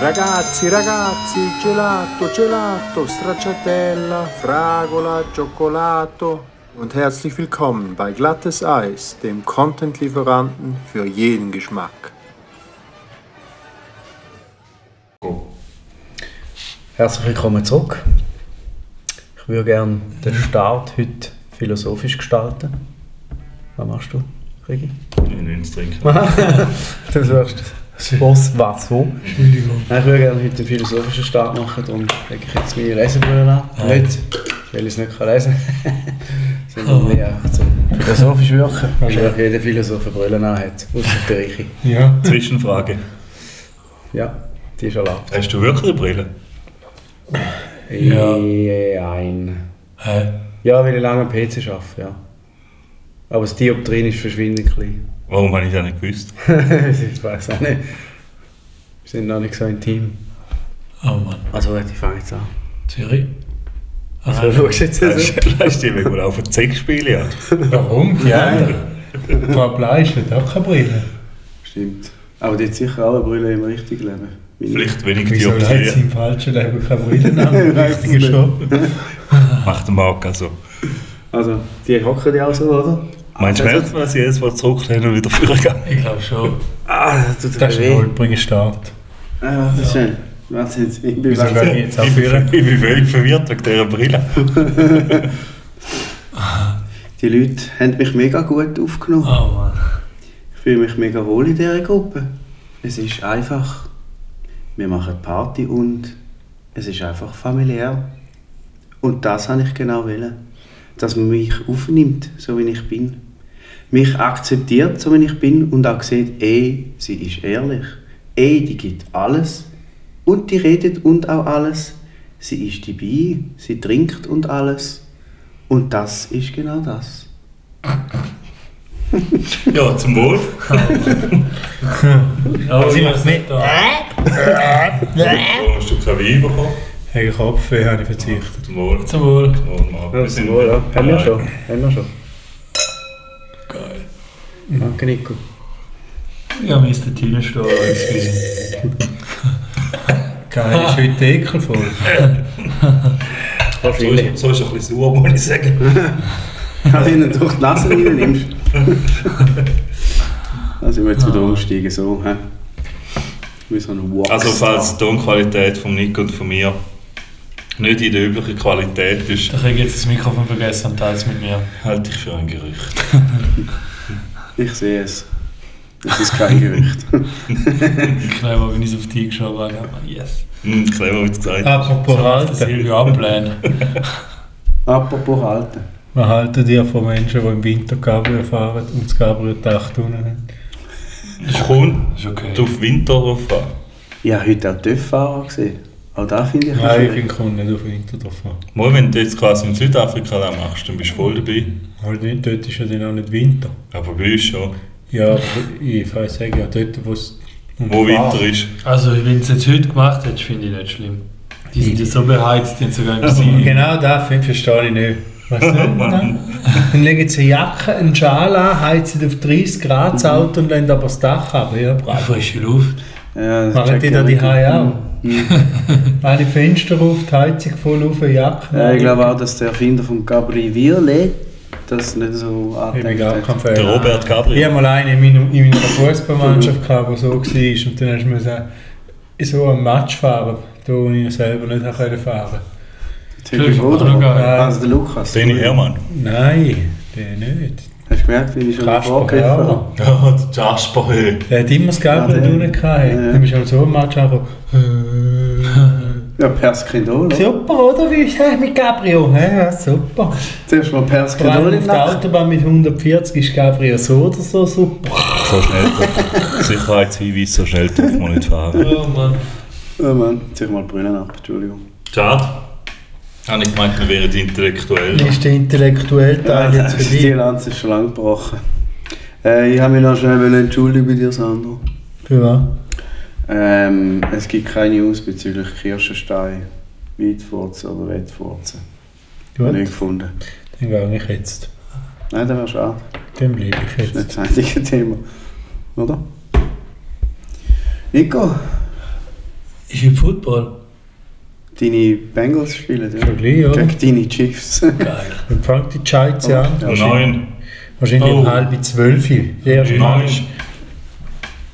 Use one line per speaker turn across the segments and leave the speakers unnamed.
Ragazzi, ragazzi, gelato, gelato, stracciatella, fragola, cioccolato und herzlich willkommen bei Glattes Eis, dem Content-Lieferanten für jeden Geschmack.
Herzlich willkommen zurück. Ich würde gerne den Start heute philosophisch gestalten. Was machst du, Rigi?
Nichts trinken.
Du sagst was, was, wo? Nein, ich würde gerne heute einen philosophischen Start machen, darum lege ich jetzt meine Lesebrille an. Nicht, weil ich es nicht kann lesen kann, sondern mehr einfach zum philosophisch wirken. Wahrscheinlich jeder Philosoph eine Brille anhat, außer der Rigi.
Ja.
Zwischenfrage.
Ja, die ist erlaubt.
Hast du wirklich eine Brille?
Ja.
Ein.
Hä?
Ja, weil ich lange am PC arbeite, ja. Aber das Dioptrin ist verschwindend klein.
Warum habe ich das nicht gewusst?
ich weiß auch nicht. Wir sind noch nicht so intim.
Oh Mann.
Also gut, ich fange jetzt an.
Zürich?
Also,
Also,
schaust du jetzt also?
Hast du immer auf ein Zeckspiel an?
warum? Die anderen? Frau Bleisch hat auch keine Brille.
Stimmt. Aber die hat sicher alle Brille im richtigen Leben. Meine-
Vielleicht wenig
Wieso hat sie
Dioptrien.
im falschen Leben keine Brille an? Im
Weiß
richtigen
nicht.
schon.
Macht der Marc also.
Also, die hocken die auch so, oder?
Meinst du,
das-
merkt man, dass ich jedes Mal zurücklehne und wieder vorgehe?
Ich glaube schon.
Ah, das tut
Das
das
ist ein
weh.
holpriger Start.
Ah, warte schnell. Warte jetzt, ich bin
Wieso
wach.
gehe ich jetzt auch
Ich bin,
führen?
ich bin völlig verwirrt wegen dieser Brille.
Die Leute haben mich mega gut aufgenommen.
Oh Mann.
Ich fühle mich mega wohl in dieser Gruppe. Es ist einfach. Wir machen Party und es ist einfach familiär. Und das habe ich genau wollen. Dass man mich aufnimmt, so wie ich bin. Mich akzeptiert, so wie ich bin und auch sieht, ey, sie ist ehrlich. Ey, die gibt alles. Und die redet und auch alles. Sie ist dabei, sie trinkt und alles. Und das ist genau das.
Ja, zum Wohl.
Aber sie macht es Also, Oh, nicht da.
Warum hast du kein Wein bekommen?
Gegen Kopfweh habe ich verzichtet.
Zum Wohl.
Zum Wohl.
Zum Wohl, Marc. Wir sind- Äh,
Haben wir schon.
Geil.
Danke, Nico.
Ja, Mr. Tielenstuhl. Geil, ist heute ekelvoll.
So ist, so ist ein bisschen sauer, muss ich sagen.
Wenn du ihn durch die Nase reinnimmst. also ich will jetzt wieder
Ah.
umsteigen, so. He? Wie so ein Walk.
Also, falls die Tonqualität von Nick und von mir nicht in der üblichen Qualität ist,
Ich habe jetzt das Mikrofon vergessen und teile es mit mir.
halte ich für ein Gerücht.
Ich sehe es. Das ist kein Gerücht.
Clever, wenn ich es auf die geschoben habe. Yes.
Hm, clever, wie du gesagt hast.
Apropos halten. Abland.
Apropos Alten.
Was haltet ihr von Menschen, die im Winter Cabrio fahren und das Cabrio-Dach unten haben?
Es kommt
Ist okay.
auf Winter drauf an.
Ich habe heute auch TÜV-Fahrer gesehen. Auch das finde ich ein
Nein, ich
bisschen-
bin kommt nicht auf Winter drauf an.
Mal, wenn du jetzt quasi in Südafrika das machst, dann bist du voll dabei.
Halt nicht, dort ist ja dann auch nicht Winter.
Aber bei uns schon.
Ja, aber ich weiß sagen, ja, dort, wo es.
Wo Winter ist.
Also, wenn du es jetzt heute gemacht hättest, finde ich nicht schlimm. Die sind ja so beheizt, die haben sogar im Sinn.
Genau das ver- verstehe ich nicht. Was soll denn das? Dann legen sie eine Jacke, einen Schal an, heizen auf 30 Grad das Auto und lassen aber das Dach ab. Ja, brav.
Frische Luft.
Ja, das
Machen
check
die
ich
da die
nicht.
Haie auch?
Mhm.
Alle Fenster auf, die Heizung voll auf, eine Jacke.
Ja, ich glaube auch, dass der Erfinder von Gabri Violet das nicht so
Ich bin gar kein
angedenkt
Fan.
Der Robert
Ich
Gabriel.
hatte mal einen in meiner, in meiner
Mhm.
Fußballmannschaft, gehabt, der so war. Und dann hast du mir gesagt, so einen Match fahren, da wo ich selber nicht fahren konnte.
Natürlich, auch geil.
Also der Lukas.
Danny Hermann.
Nein, der nicht.
Hast du gemerkt, wie ich schon
Kasper
vorgegriffen habe?
Herrmann.
Ja, der Jasper. hey.
Der hat immer das
Ah,
Geld
der.
unten gehabt.
Ja.
Dann bist du halt so im Match angekommen. äh,
Ja, Perskindol. oder?
Super, oder? Wie ist das mit Gabriel? Ja, ja, super.
Zuerst mal
Vor
Perskindol
allem auf
im
der
Nacht.
Autobahn mit 140 ist Gabriel so oder so super.
So schnell. Sicherheitshinweis, so schnell darf man nicht fahren.
Oh Mann.
Oh Mann, zieh mal die Brille ab, Entschuldigung.
Schade. Habe ich gemeint, wir wären intellektuell.
Ist der intellektuelle Teil jetzt für
Äh, die
dich?
Lanze ist schon lang gebrochen. Äh, ich habe mich noch schnell wollen entschuldigen bei dir, Sandro.
Für was?
Ähm, es gibt keine News bezüglich Kirschenstein, Weitfurzen oder Wettfurzen. Habe ich
Gut,
nicht gefunden.
dann gehe ich jetzt.
Nein, das wäre schade.
Dann bleibe ich
Das ist
jetzt.
nicht das einzige Thema. Oder? Nico,
Ist im Football.
Deine Bengals spielen, ja.
Schon gleich, oder?
Gegen deine Chiefs.
Geil.
Dann fängt die Scheiße an.
Ja,
Neun.
Wahrscheinlich um
Oh.
halb zwölf. Erst
Neun.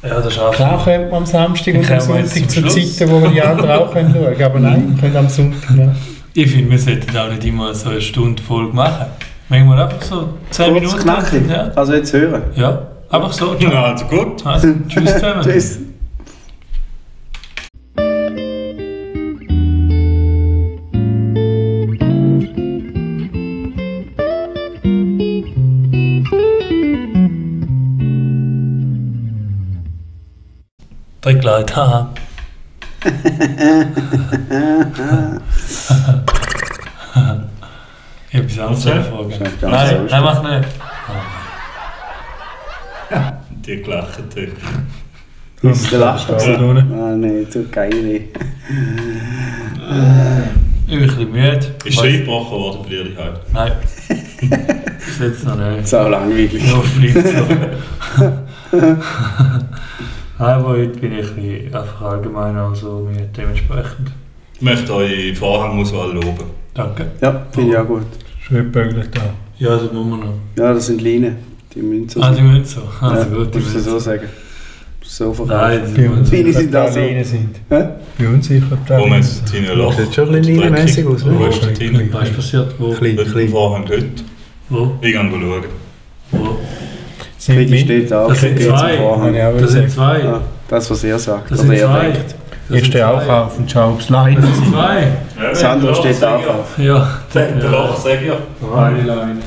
Ja, das schafft
Klar könnte man am Samstag und am
Dann kommen wir jetzt
Sonntag zu
zum Schluss. Mhm.
Zeiten, wo wir die anderen auch können schauen können. Aber nein, wir können am Sonntag ne? noch.
Ich finde, wir sollten auch nicht immer so eine Stunde Folge machen. Manchmal einfach so 10
Kurz
Minuten.
knackig.
Ja.
Also jetzt hören.
ja, einfach so.
Ja, also gut.
Also, tschüss zusammen.
Tschüss.
Dreckleid, haha. ich habe etwas anderes
Okay.
fragen.
Das ist nicht ganz
Nein,
so
nein, mach nicht.
Die lachen. dich.
Aus der Lache.
Ja.
Ah, nein, du geile.
Ich bin ein bisschen müde.
Ist schon eingebrochen worden bei dir die Heim?
Nein. Bis jetzt noch nicht.
Sau langweilig.
Ja, fliegt so. Aber heute bin ich ein bisschen einfach allgemein auch so müde dementsprechend.
Ich möchte eure Vorhangauswahl loben.
Danke.
Ja, finde ich auch gut.
Schön möglich da.
Ja, das muss man noch.
Ja, das sind Leinen. Die müssen so
Ah, die müssen so. Also
ja,
gut, die
musst du
müssen
so
so.
sagen. so verkaufen.
Nein, die
Bei uns
müssen so.
Deine sind
da
auch so.
Leinen sind.
Hä?
Bei uns sicher da.
Moment, Tine Loch.
Sieht schon ein bisschen
Dreckig.
linienmässig aus, ne?
Wo ist der Tine?
Was ist passiert? Wo?
Klein,
Mit dem
klein.
Vorhang heute.
Wo?
Ich gehe schauen.
Wo?
Sind
Die
mit.
steht auch.
Das sind
geht zum
zwei.
Vorhang.
Ja,
Das sind zwei.
Ja, Ah, das, was er sagt.
Das
oder
sind
er
zwei.
denkt.
Das
Ich
sind
stehe auch
zwei.
auf und schaue aufs Leinen.
Das sind zwei.
Das andere steht auch auf.
Ja.
Der Loch, sag ich ja.
Eine Leine.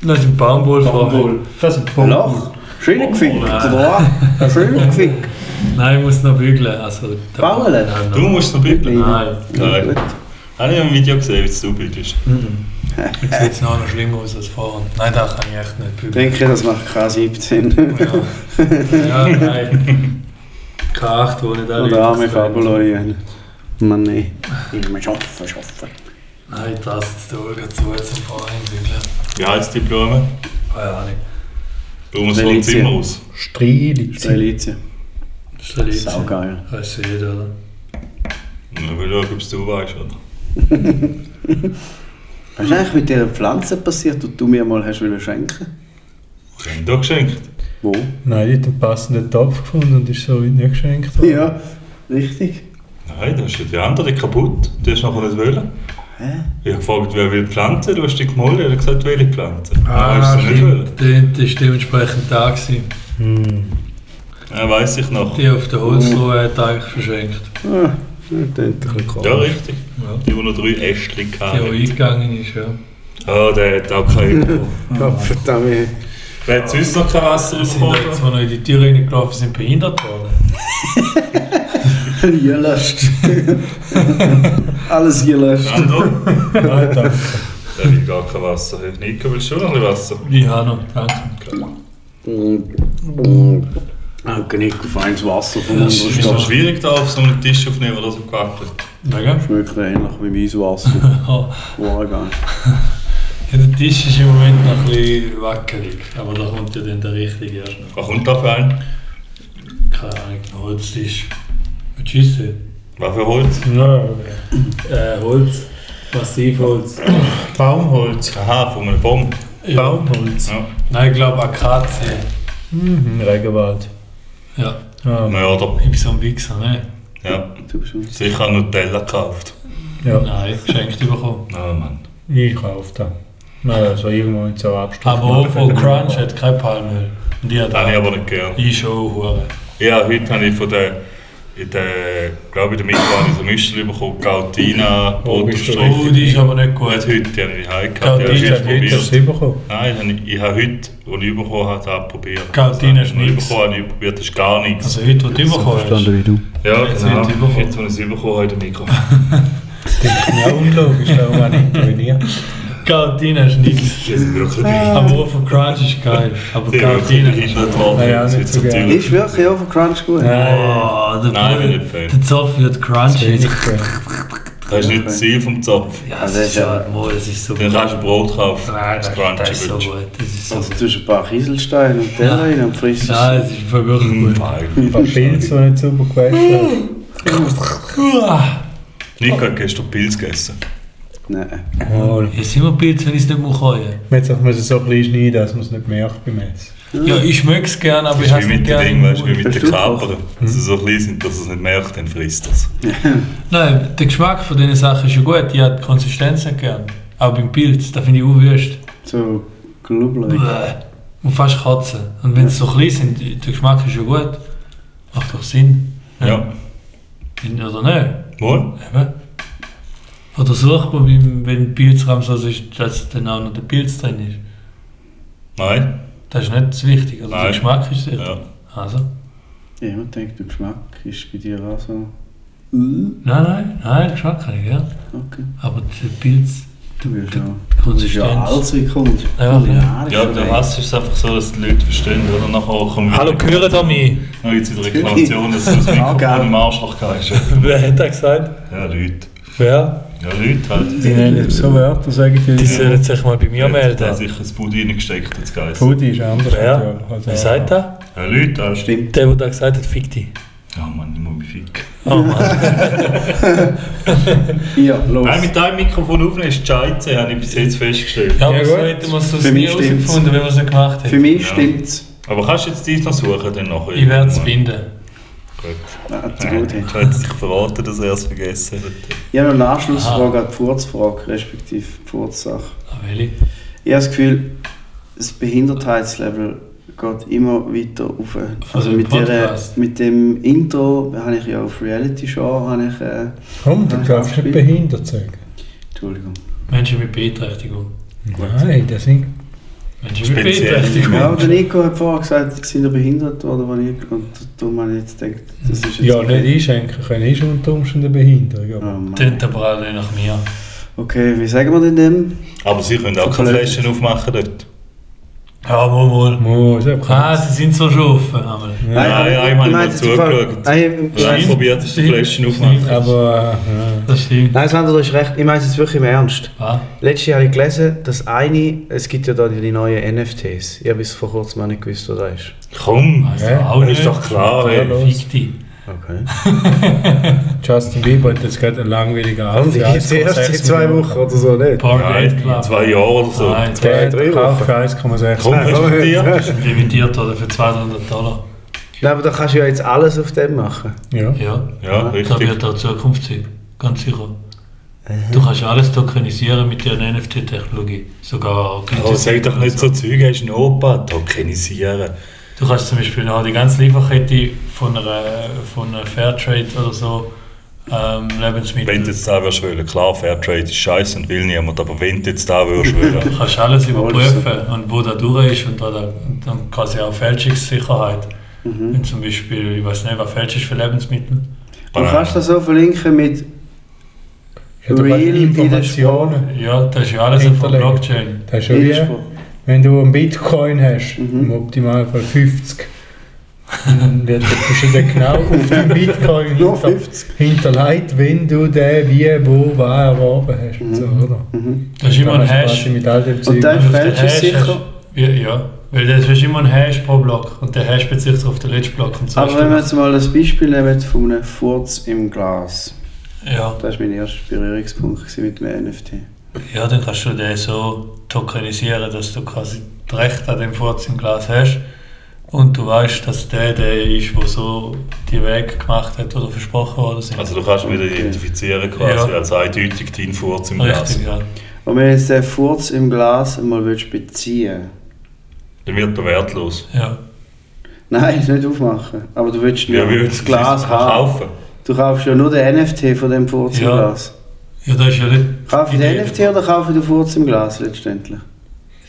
Das sind Baumwollfragen.
Das ist ein
Ein
Punkt.
Loch. Schön gefickt.
Nein.
Wow. Schön gefickt.
Nein, ich muss noch bügeln. Also, der
Bauen?
Nein,
Du musst noch bügeln.
Nein.
Ja,
Nein.
gut.
Habe ich im Video gesehen, wie du bügelst.
Jetzt sieht es noch schlimmer aus als vorher. Nein, da kann ich echt nicht
Ich
bügeln.
denke, das macht keinen 17.
Ja, ja nein. K8, wo nicht alle
Oder arme
das können.
Fabuläuen. Mann, nein. Ich muss schaffen, schaffen.
Nein, das ist der Olga zu, jetzt ein paar einbügeln.
Wie heißt die Blume?
Keine Ahnung.
Blume ist vom Zimmer aus.
Strelitz.
Strelitze.
Ist der Lied.
Saugeil.
Weißt du jeder, oder?
Ich will schauen, ob es du weißt, oder?
Was ist eigentlich mit dieser Pflanze passiert, die du mir mal hast wollen schenken?
Ich habe ihn dir geschenkt.
Wo?
Nein, die hat einen passenden Topf gefunden und ist so weit nicht geschenkt worden.
Ja, richtig.
Nein, da ist ja die andere kaputt. Die hast du nachher nicht wollen.
Hä?
Ich habe gefragt, wer will Pflanzen? Du hast dich gemolden. Er hat gesagt, welche Pflanzen. Ah, hast du sie nicht wollen.
stimmt. Der der ist dementsprechend da gewesen.
Ja, weiss ich noch.
Die auf der Holzruhe hat eigentlich verschenkt.
Ah,
Ja, richtig.
Ja.
Die, die noch drei Ästchen
Die, die
hatten.
eingegangen ist, ja.
Ah, der hat auch kein Euro.
ja, verdammt.
Wer hat sonst noch kein Wasser
Sind
bekommen?
Leute, die noch in die Tür reingelaufen sind, behindert worden?
Ihr löscht. Alles ihr löscht.
Nando?
Nein, danke.
Der will gar kein Wasser. Nico, willst du noch ein bisschen Wasser?
Ich habe noch, danke.
Danke, Nico, feines Wasser vom
Das
Ist
Unterstand.
doch schwierig da auf so einem Tisch aufnehmen, der so gewackelt.
Mega.
Schmeckt ähnlich wie Weisswasser.
Oh.
Wahlgang.
Ja, der Tisch ist im Moment noch ein bisschen wackelig, aber da kommt ja dann der richtige erst noch.
Was kommt da für ein?
Keine Ahnung, ein Holztisch. Was ist
Was für Holz?
Nein.
das? Äh, Holz. Massivholz.
Baumholz.
Aha, von einem Baum.
Ja.
Baumholz.
Ja.
Nein, ich glaube Akazie.
Mhm, Regenwald.
Ja,
Ah,
Mörder.
ich bin so ein Wichser, ne?
Ja.
Du bist uns.
Sicher Nutella gekauft.
ja,
Nein, geschenkt bekommen.
Oh Mann.
ich kaufe da. Naja, so also irgendwo in so Abstand.
Aber Ovo Crunch hat kein Palmöl. Und die hat
Das habe ich
auch.
aber nicht gern.
Ich schon, Hure.
Ja, heute habe ich von der, in der glaube ich, in der Mitte habe ich so Mischel bekommen. Gautina,
Oh, bist du
Oh,
Brotaufstrich.
die ist aber nicht
Gut, heute
gut.
habe ich die heim gehabt.
Gautina
Die
hat
habe
heute
ich
Das
erst probiert.
bekommen.
Nein, ich habe- ich habe heute, als ich bekommen habe, das auch probiert.
Gautina
Das
ist
habe ich
nix.
bekommen habe, habe ich probiert, das ist gar nichts.
Also heute, wo du bekommen hast.
wie du.
Ja,
Jetzt
genau.
heute bekommen.
Jetzt, wo ich es bekommen habe, in der Mikro.
Ja, unlogisch, da kann man intervenieren.
Gardina ist nichts.
Die sind wirklich
Aber Ovo Crunch ist geil. Aber
Die
Gardina ist
sind wirklich
Nein, ja, nicht so
Schweizer
gerne.
Tür.
Ist wirklich auch von Crunch gut.
Oh, der
Nein, bin
Bruder-
nicht Fan.
Der Zopf wird crunchy.
Das ist nicht das Ziel vom Zopf.
Ja,
das
das ist
ist ja-
ja Mo, das ist so
Dann kannst du Brot kaufen.
Nein, das,
das Crunchy
das ist so
willst.
gut. Das ist so
Also
gut.
tust du ein paar Kieselsteine und der
Ja.
rein und frisst es.
Mhm.
Nein, das ist wirklich gut.
Nein.
Pilz, die nicht sauber gewaschen
Nico hat gestern Pilz gegessen.
Nein.
Jetzt sind wir Pilz, wenn ich es nicht muss können.
Man muss es so klein schneiden, dass man es nicht merkt beim Essen.
Ja, ich möge es gerne, aber
Das
ich
ist
habe
wie
es
mit
nicht
den
gerne.
Dingen,
im
weißt du,
Mund.
wie mit den
Versteht
Kapern. Wenn sie so klein sind, dass er es nicht merkt, dann frisst er es.
Nein, der Geschmack von diesen Sachen ist ja gut. Ich habe die Konsistenz nicht gern. Auch beim Pilz, da finde ich unwüst.
So
Hm.
glubberig.
Und fast kotzen. Und wenn sie so klein sind, der Geschmack ist ja gut. Macht doch Sinn.
Ja.
Oder nicht?
Wohl?
Eben. Oder sucht man, beim- wenn Pilzramsauce ist, dass dann auch noch der Pilz drin ist.
Nein?
Das ist nicht das Wichtige. Also der
Nein.
Geschmack ist es.
Ja.
Also.
Ich habe gedacht, der Geschmack ist bei dir auch so.
Nein, nein, nein, Geschmack kann ich gern.
Okay.
Aber der Pilz,
Du willst ja.
die
Ja, also,
Konsistenz.
alles wie kommt.
Ja, ja.
Ja, der Hass ist einfach so, dass die Leute verstehen, oder? Nachher kommen wir-
ihr mich?
Dann gibt es wieder Reklamationen, dass das Mikrofon
geil.
im Arschloch gehst.
Wer hat das gesagt?
Ja, Leute.
Wer?
Ja, Leute halt.
Die nennen so Wörter, sagen die.
Die sollen sich mal bei mir
Jetzt hat
melden.
sich das Budi reingesteckt, jetzt geheißen.
Pudi ist anders. Also,
Wer?
als-
Wer sagt das?
Ja, Leute, alles stimmt.
Der, der das gesagt hat, fick dich.
Ja, Mann, ich muss mich ficken.
Oh Mann.
Ja, los.
Nein, mit deinem Mikrofon aufnehmen ist scheiße, habe ich bis jetzt festgestellt.
Ja, aber
Ja,
so
gut.
hätten wir es sonst
Für
nie
mich stimmt's.
herausgefunden, wenn wir es nicht gemacht
Für
hätten.
mich
Ja.
stimmt's.
Aber kannst du jetzt dies noch suchen, dann nachher?
Ich werde es finden.
Gut.
Ah, zu
Nein,
gut.
ich hätte sich verraten, dass er es vergessen hat.
Ich habe noch eine Anschlussfrage an die Furzfrage, respektive die Furzsache.
Ah, welche?
Ich habe das Gefühl, das Behindertheitslevel geht immer weiter auf. Also
dem
mit, der,
Podcast?
mit dem Intro habe ich ja auf Reality Show, habe ich... Äh,
Komm, du darfst nicht behindert sagen.
Entschuldigung.
Menschen mit Beeinträchtigung.
Nein, das sind.
Menschen mit
Speziell.
Beeinträchtigung.
Ja, der Nico hat vorher gesagt, sind er behindert oder was ich... Und darum habe ich jetzt gedacht, das ist jetzt...
Ja, nicht einschenken können, ist unter Umständen eine Behinderung.
Oh
aber-
Mann.
Tönt aber alle nach mir.
Okay, wie sagen wir denn dem?
Aber sie können auch keine Flaschen aufmachen dort.
Ja, wohl, wohl.
Muss, ich
Ah, sie sind so schon offen. einmal.
Nein,
aber-
einmal
nein,
nicht
das ist
zugeschaut.
Nein, ich-
Ja, ich
Stimmt,
probiert, dass die
stimmt,
Flaschen
stimmt.
aufmachen.
Aber äh,
Das stimmt.
Nein, Sandra, du hast recht. Ich meine es jetzt wirklich im Ernst.
Was?
Letztes Jahr habe ich gelesen, dass eine, es gibt ja da die neuen NFTs. Ich habe bis vor kurzem auch nicht gewusst, wo das ist.
Komm,
Also
Ja,
auch nicht.
ist doch klar,
Ja,
ey.
Fick dich.
Okay.
Justin Bieber hat jetzt gerade einen langweiligen
Und
Abend.
ich jetzt erst in zwei
ne?
Wochen oder so nicht.
Park
Nein,
Aid
in
Club.
zwei Jahren oder so.
Nein, zwei.
Der hat
drei
gekauft
Wochen.
für 1,6.
Komm, was ist mit dir?
Also Limitiert oder für 200 Dollar.
Nein, aber da kannst du ja jetzt alles auf dem machen.
Ja.
Ja,
Ja,
da
richtig.
wird auch Zukunft sein. Ganz sicher. Du kannst alles tokenisieren mit deiner NFT-Technologie. Sogar
Aber sag doch nicht so Zeug, hast du einen Opa, tokenisieren.
Du kannst zum Beispiel noch die ganze Lieferkette von einer, von einer Fairtrade oder so ähm,
Wenn
Lebensmittel.
du jetzt da würdest wollen, klar, Fairtrade ist scheiße und will niemand, aber wenn du jetzt da würdest wollen.
Du kannst alles überprüfen
Alles.
und wo da durch ist und, da, da- und dann quasi auch Fälschungssicherheit.
Mhm.
Wenn zum Beispiel, ich weiß nicht, was falsch ist für Lebensmittel.
Du kannst das so verlinken mit
Ja, du kannst
Real
Informationen.
Ja, das ist ja alles auf der
Hinterlegen.
Blockchain.
Das ist ja wie,
Widerspruch.
wenn du einen Bitcoin hast,
Mhm.
im Optimalfall 50, dann wird der bist du dann genau auf den Bitcoin
Nur
hinter,
50.
hinterlegt, wenn du den wie, wo, wann erworben hast. Und so, oder?
Mhm.
Das ist immer
Dann
ein
hast du
Hash.
quasi Mit all dem Zeug.
Und dann
Wenn du auf den
Fälsch ist
Hash
sicher.
hast- Ja, ja, weil das ist immer ein Hash pro Block und der Hash bezieht sich auf den letzten Block. Und so
Aber
ist
wenn wir
dann-
jetzt mal das Beispiel nehmen von einem Furz im Glas.
ja,
Das war mein erster Berührungspunkt gewesen mit einem NFT.
ja, dann kannst du den so tokenisieren, dass du quasi das Recht an dem Furz im Glas hast und du weißt, dass der der ist, der so die Weg gemacht hat oder versprochen worden sind.
Also du kannst mich identifizieren quasi
Ja.
als eindeutig deinen Furz im Glas.
Richtig, ja.
Und wenn jetzt den Furz im Glas einmal willst beziehen
Dann wird er wertlos.
ja.
Nein, nicht aufmachen. Aber du willst
Wer
nur
würde
das Glas haben.
kaufen?
Du kaufst ja nur den NFT von dem Furz im
Ja.
Glas.
Ja, das ist ja nicht.
Kaufe ich
die
den
Idee
NFT oder kaufe ich den Furz im Glas letztendlich?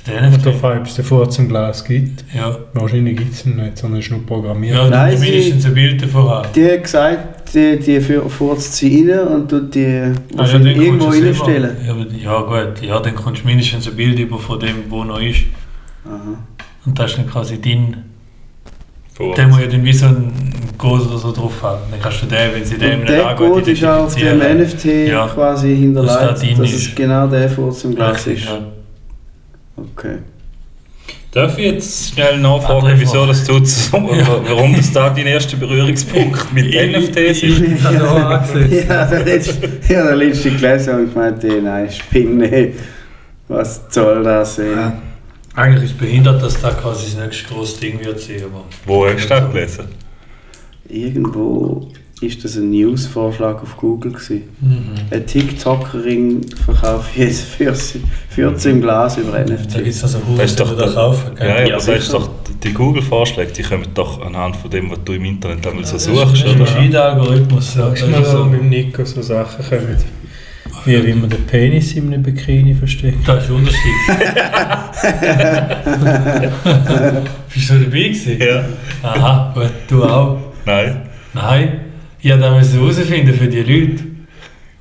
Der
Und
NFT.
auf ob es den Furz im Glas gibt.
Ja.
Wahrscheinlich gibt es ihn nicht, sondern es ist nur programmiert.
Ja,
Nein,
du
sie-
mindestens ein Bild davon haben.
Die hat gesagt, die, die für- Furz ziehen rein und du die
Ah, ja, dann kommst
irgendwo
du selber.
reinstellen.
Ja, aber- ja, gut. Ja, dann kommst du mindestens ein Bild über von dem, wo noch ist.
Aha.
Und das ist dann quasi dein.
Furz.
Der muss ja dann wie so ein Code oder so drauf haben. Dann kannst du den, wenn sie den
Und der Code ist auch auf dem NFT
Ja.
quasi hinterlegt,
Dass
dass, genau
da drin
es
ist. halt-
genau der Furz im Glas
Richtig,
ist.
ja.
Okay.
Darf ich jetzt schnell nachfragen,
Warte,
wieso das tut, warum das da dein erster Berührungspunkt mit NFTs ist?
Ich habe auch angesehen.
Ja, der letzte, ich habe den letzten gelesen und ich meinte, eh, nein, Spinne, was soll das sein?
Eigentlich ist es behindert, dass das quasi das nächste große Ding wird sein, aber
Wo hast du das gelesen?
Irgendwo ist das ein News-Vorschlag auf Google gewesen. Eine TikTokerin verkauft jetzt 14, 14 Glas über
da gibt
NFT.
es also
Das ist
Hunderte,
doch
die das kaufen.
Ja, ja,
gell?
aber das ist
sicher.
doch, die Google-Vorschläge, die kommen doch anhand von dem, was du im Internet einmal so
Das ist-
suchst,
Das ist ein
oder?
gescheiter Algorithmus. Ja, das
Weißt du mal,
ist
Also so
so.
mit dem Nico so Sachen kommen? Wie, wie man den Penis in einem Bikini versteckt.
Das ist ein Unterschied. Bist du dabei gewesen?
Ja,
Aha, gut, du auch.
nein.
Nein, ich musste das herausfinden für die Leute,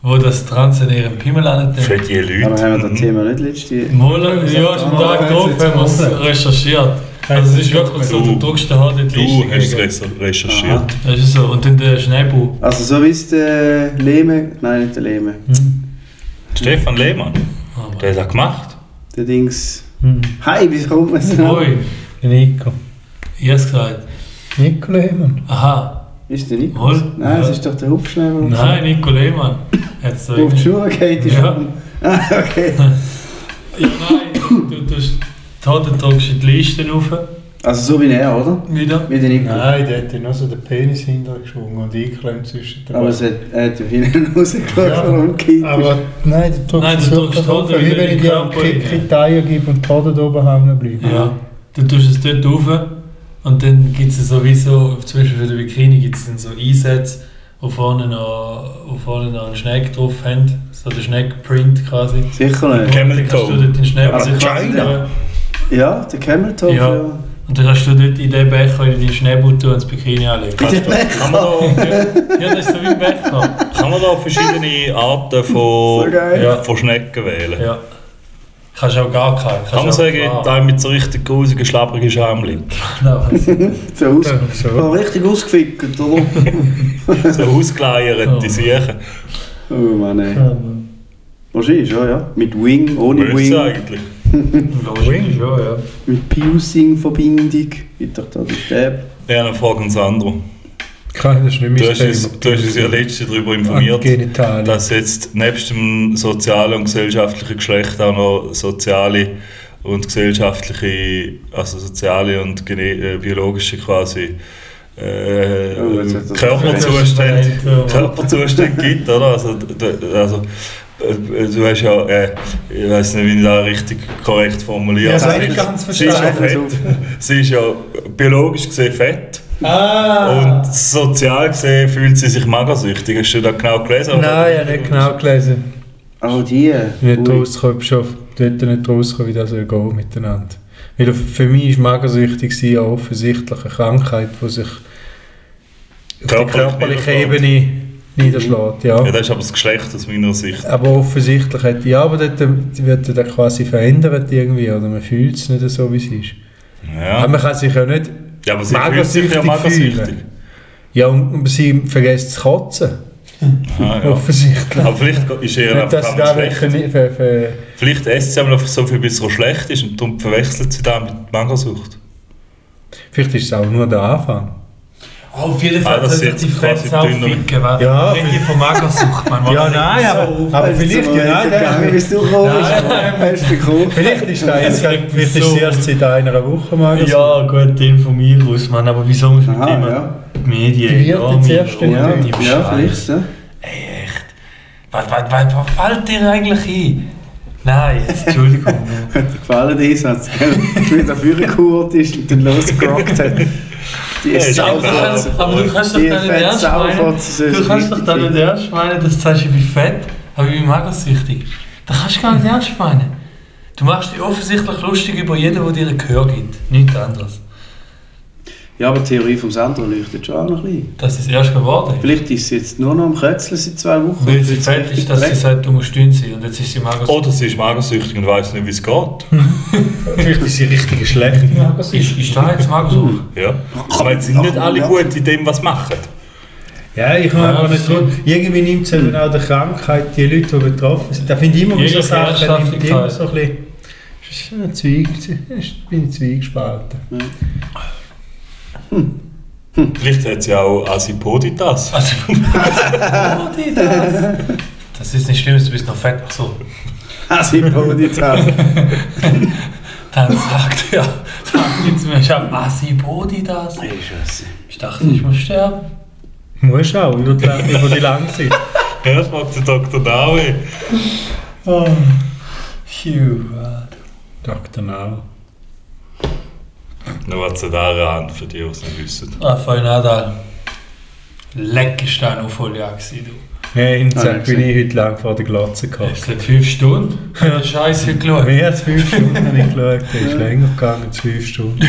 die das Trans an ihrem Pimmel
Für
annehmen.
die Leute.
Aber haben wir das
mhm.
Thema nicht letzte
Moller, ja, ist am Tag drauf, wenn man es recherchiert. Also es ist wirklich so, du drückst da halt in die
Du hast es
Liste.
recher- recherchiert.
Das ist so. Und dann der Schneebau.
Also so wie es der Lehme, nein nicht der Lehme,
Stefan Lehmann,
Aber-
der hat das gemacht.
der Dings,
Hm.
hi, wie kommt man so?
Ui,
Nico.
ich hab's gesagt.
Nico Lehmann.
Aha.
Ist der Nico?
Wohl?
Nein, es ist doch der Hubschneider.
Nein, Nico Lehmann. Hat's so
Der auf die Schuhe geht, ist
Ja.
Ah, okay.
Ja, nein, du tust da, dann drückst du die Liste rauf.
Also so wie er, oder?
Wieder.
Wie der Nico.
Nein, der hat ja noch so den Penis hintergeschwungen und eingeklemmt zwischen den
Aber es hat, er hat auf ihn rausgeschaut,
Ja,
warum geht
Aber nein, du drückst
Nein, du
es
drückst
wirklich
die
auf,
Hoden
wie
wieder
wenn
in
ich
den
dir einen
Körper rein.
Kick in die Eier gebe und die Hoden oben hängen bleiben.
Ja. Du tust es dort rauf und dann gibt es sowieso, zum Beispiel für den Bikini gibt es dann so Einsätze, wo vorne noch, wo vorne noch einen Schneck drauf haben. So der Schneck-Print quasi.
Sicher
Und
nicht.
dann kannst du dort den
Ah,
Schneck
Aber
also quasi
China.
den-
Ja, der Camel Top.
Ja. Und dann kannst du dort in den Becher in deinen Schneebut tun und das Bikini anlegen.
Der
Kann man,
Becher.
da,
ja, das ist so wie ein Becher.
kann man da verschiedene Arten
So
von,
geil.
ja, von Schnecken wählen?
Ja. Kannst auch gar keinen.
Kann man sagen, da mit so richtig grusigen, schlabrigen Schamlippen?
Nein,
So aus.
Ja, so.
Oh, richtig ausgefickt, oder?
So ausgeleiert, die
Oh.
Siechen.
Oh Mann, ey.
Wing,
Wahrscheinlich schon, ja. Mit Wing, ohne
Müssen
Wing.
eigentlich.
ja, ja.
Mit Piercing-Verbindung. Gibt doch da die Stäbe.
Ja, dann fragen Sandro.
Kann ich das nicht
Du hast,
missverstehen.
uns, du hast uns ja letztens darüber informiert,
Genitalien.
dass jetzt nebst dem sozialen und gesellschaftlichen Geschlecht auch noch soziale und gesellschaftliche, also soziale und gene- äh, biologische quasi äh,
Oh, jetzt hat das-
Körperzustände,
Das ist-
Körperzustände gibt, oder? Also, d- also äh, du hast ja, äh, ich weiß nicht, wie ich das richtig korrekt formuliere.
Ja, das
Sie
habe ich
ist-
ganz
sie ist ja
verstanden.
fett. Sie ist ja biologisch gesehen fett.
Ah!
Und sozial gesehen fühlt sie sich magersüchtig. Hast du das genau gelesen?
Nein, ich habe nicht genau gelesen.
Oh, die.
Nicht
Ui.
rausgekommen, ich dort nicht rausgekommen, wie das soll gehen miteinander. Weil für mich ist magersüchtig sein ja offensichtlich eine Krankheit, die sich auf der
Körperlich
körperlichen
niederschlägt.
Ebene niederschlägt. Ja.
Ja, das ist aber das Geschlecht aus meiner Sicht.
Aber offensichtlich hat ja, aber dort wird das quasi verändert irgendwie, oder man fühlt es nicht so, wie es ist. Aber
Ja,
man kann sich ja nicht...
ja aber sie fühlt sich ja
magersüchtig
magersüchtig.
fühlen. Ja, und, und sie vergessen zu kotzen,
Ah, ja.
offensichtlich.
Aber vielleicht ist ihr
Nicht, äh, dass
einfach
sie da
einmal schlecht.
wirklich... Ver, ver,
Vielleicht essen sie einfach so viel, bis es so schlecht ist und darum verwechselt sie das mit Magersucht.
Vielleicht ist es auch nur der Anfang.
Auf jeden
Ah,
Fall
das
ah,
sind
sollte die
jetzt quasi
Fans auch
dünner.
ficken, weil
Ja,
wenn die von Magersucht, man
Ja, nein, aber, aber
Weißt du,
vielleicht,
so
ja, nein,
weitergegangen,
nein,
bis du gekommen bist.
Nein.
Hast du gekommen?
vielleicht ist das jetzt, vielleicht ist es erst seit einer Woche mal so.
Ja, gut, den von mir aus, Mann, aber wieso muss man
Aha,
immer
ja.
die Medien...
Die wird
ja,
jetzt
mir-
erst
oh,
in-
Ja,
die
ja, vielleicht.
Scheiße.
Ja.
Ey, echt. Was, was, was, was fällt dir eigentlich ein? Nein, jetzt, Entschuldigung.
Hat dir gefallen, der Einsatz? gell? Wie der Führer gehurt ist und dann losgerockt hat. Die
Ja,
ist
ist
aber, du
sauber.
kannst, aber du kannst doch
Die
dann nicht
fette
ernst meinen,
Saufotze, das ist
du kannst doch dann
richtig
nicht ernst meinen, dass du sagst, ich bin fett, aber ich bin magersüchtig. Das kannst du gar nicht ernst meinen. Du machst dich offensichtlich lustig über jeden, der dir ein Gehör gibt. Nichts anderes.
Ja, aber die Theorie vom Sandro leuchtet schon auch noch ein bisschen.
Das ist erst geworden.
Vielleicht ist sie jetzt nur noch am Kötzeln seit zwei Wochen.
Weil sie fett ist, dass sie
Vielleicht-
sagt, du musst dünn sein und jetzt ist sie magersüchtig.
Oder sie ist magersüchtig und weiß nicht, wie es geht.
Vielleicht ist sie richtig schlecht. Ja,
Das ist, ist da jetzt Magersucht?
Ja. Aber jetzt sind nicht alle gut in dem, was sie machen.
ich habe
Ja,
aber nicht
stimmt.
gut. Irgendwie nimmt es
Hm.
eben auch die Krankheit, die Leute, die betroffen sind. Da finde ich immer
Jegliche
wieder Sachen, nimmt
Ernsthaftigkeit.
immer so ein bisschen ist ein Zweig, ist- bin ich zweigespalten.
Ja.
Vielleicht hat sie auch Asipoditas.
Also, Body, das. das ist nicht schlimm, du bist noch fett so.
Das ist Poditas.
Dann sagt er, sagt jetzt mir, ich habe Massi Body das.
Ey, Scheiße.
Ich dachte, ich muss sterben.
Muss auch, über die, über die Langzeit.
Ja, das macht der Dr. Dawe.
Oh. Phew, Mann.
Dr. Nau.
Noch was zu daran an, für die, die es nicht wissen.
Rafael Nadal. Leck ist da noch voll ja gewesen, du.
Nein,
Ah,
sag,
nicht
bin ich heute lang vor der Glotze gekommen.
Es sind fünf Stunden. Der Scheiße geschaut.
Mehr als fünf Stunden habe ich geschaut, der ist länger gegangen als fünf Stunden.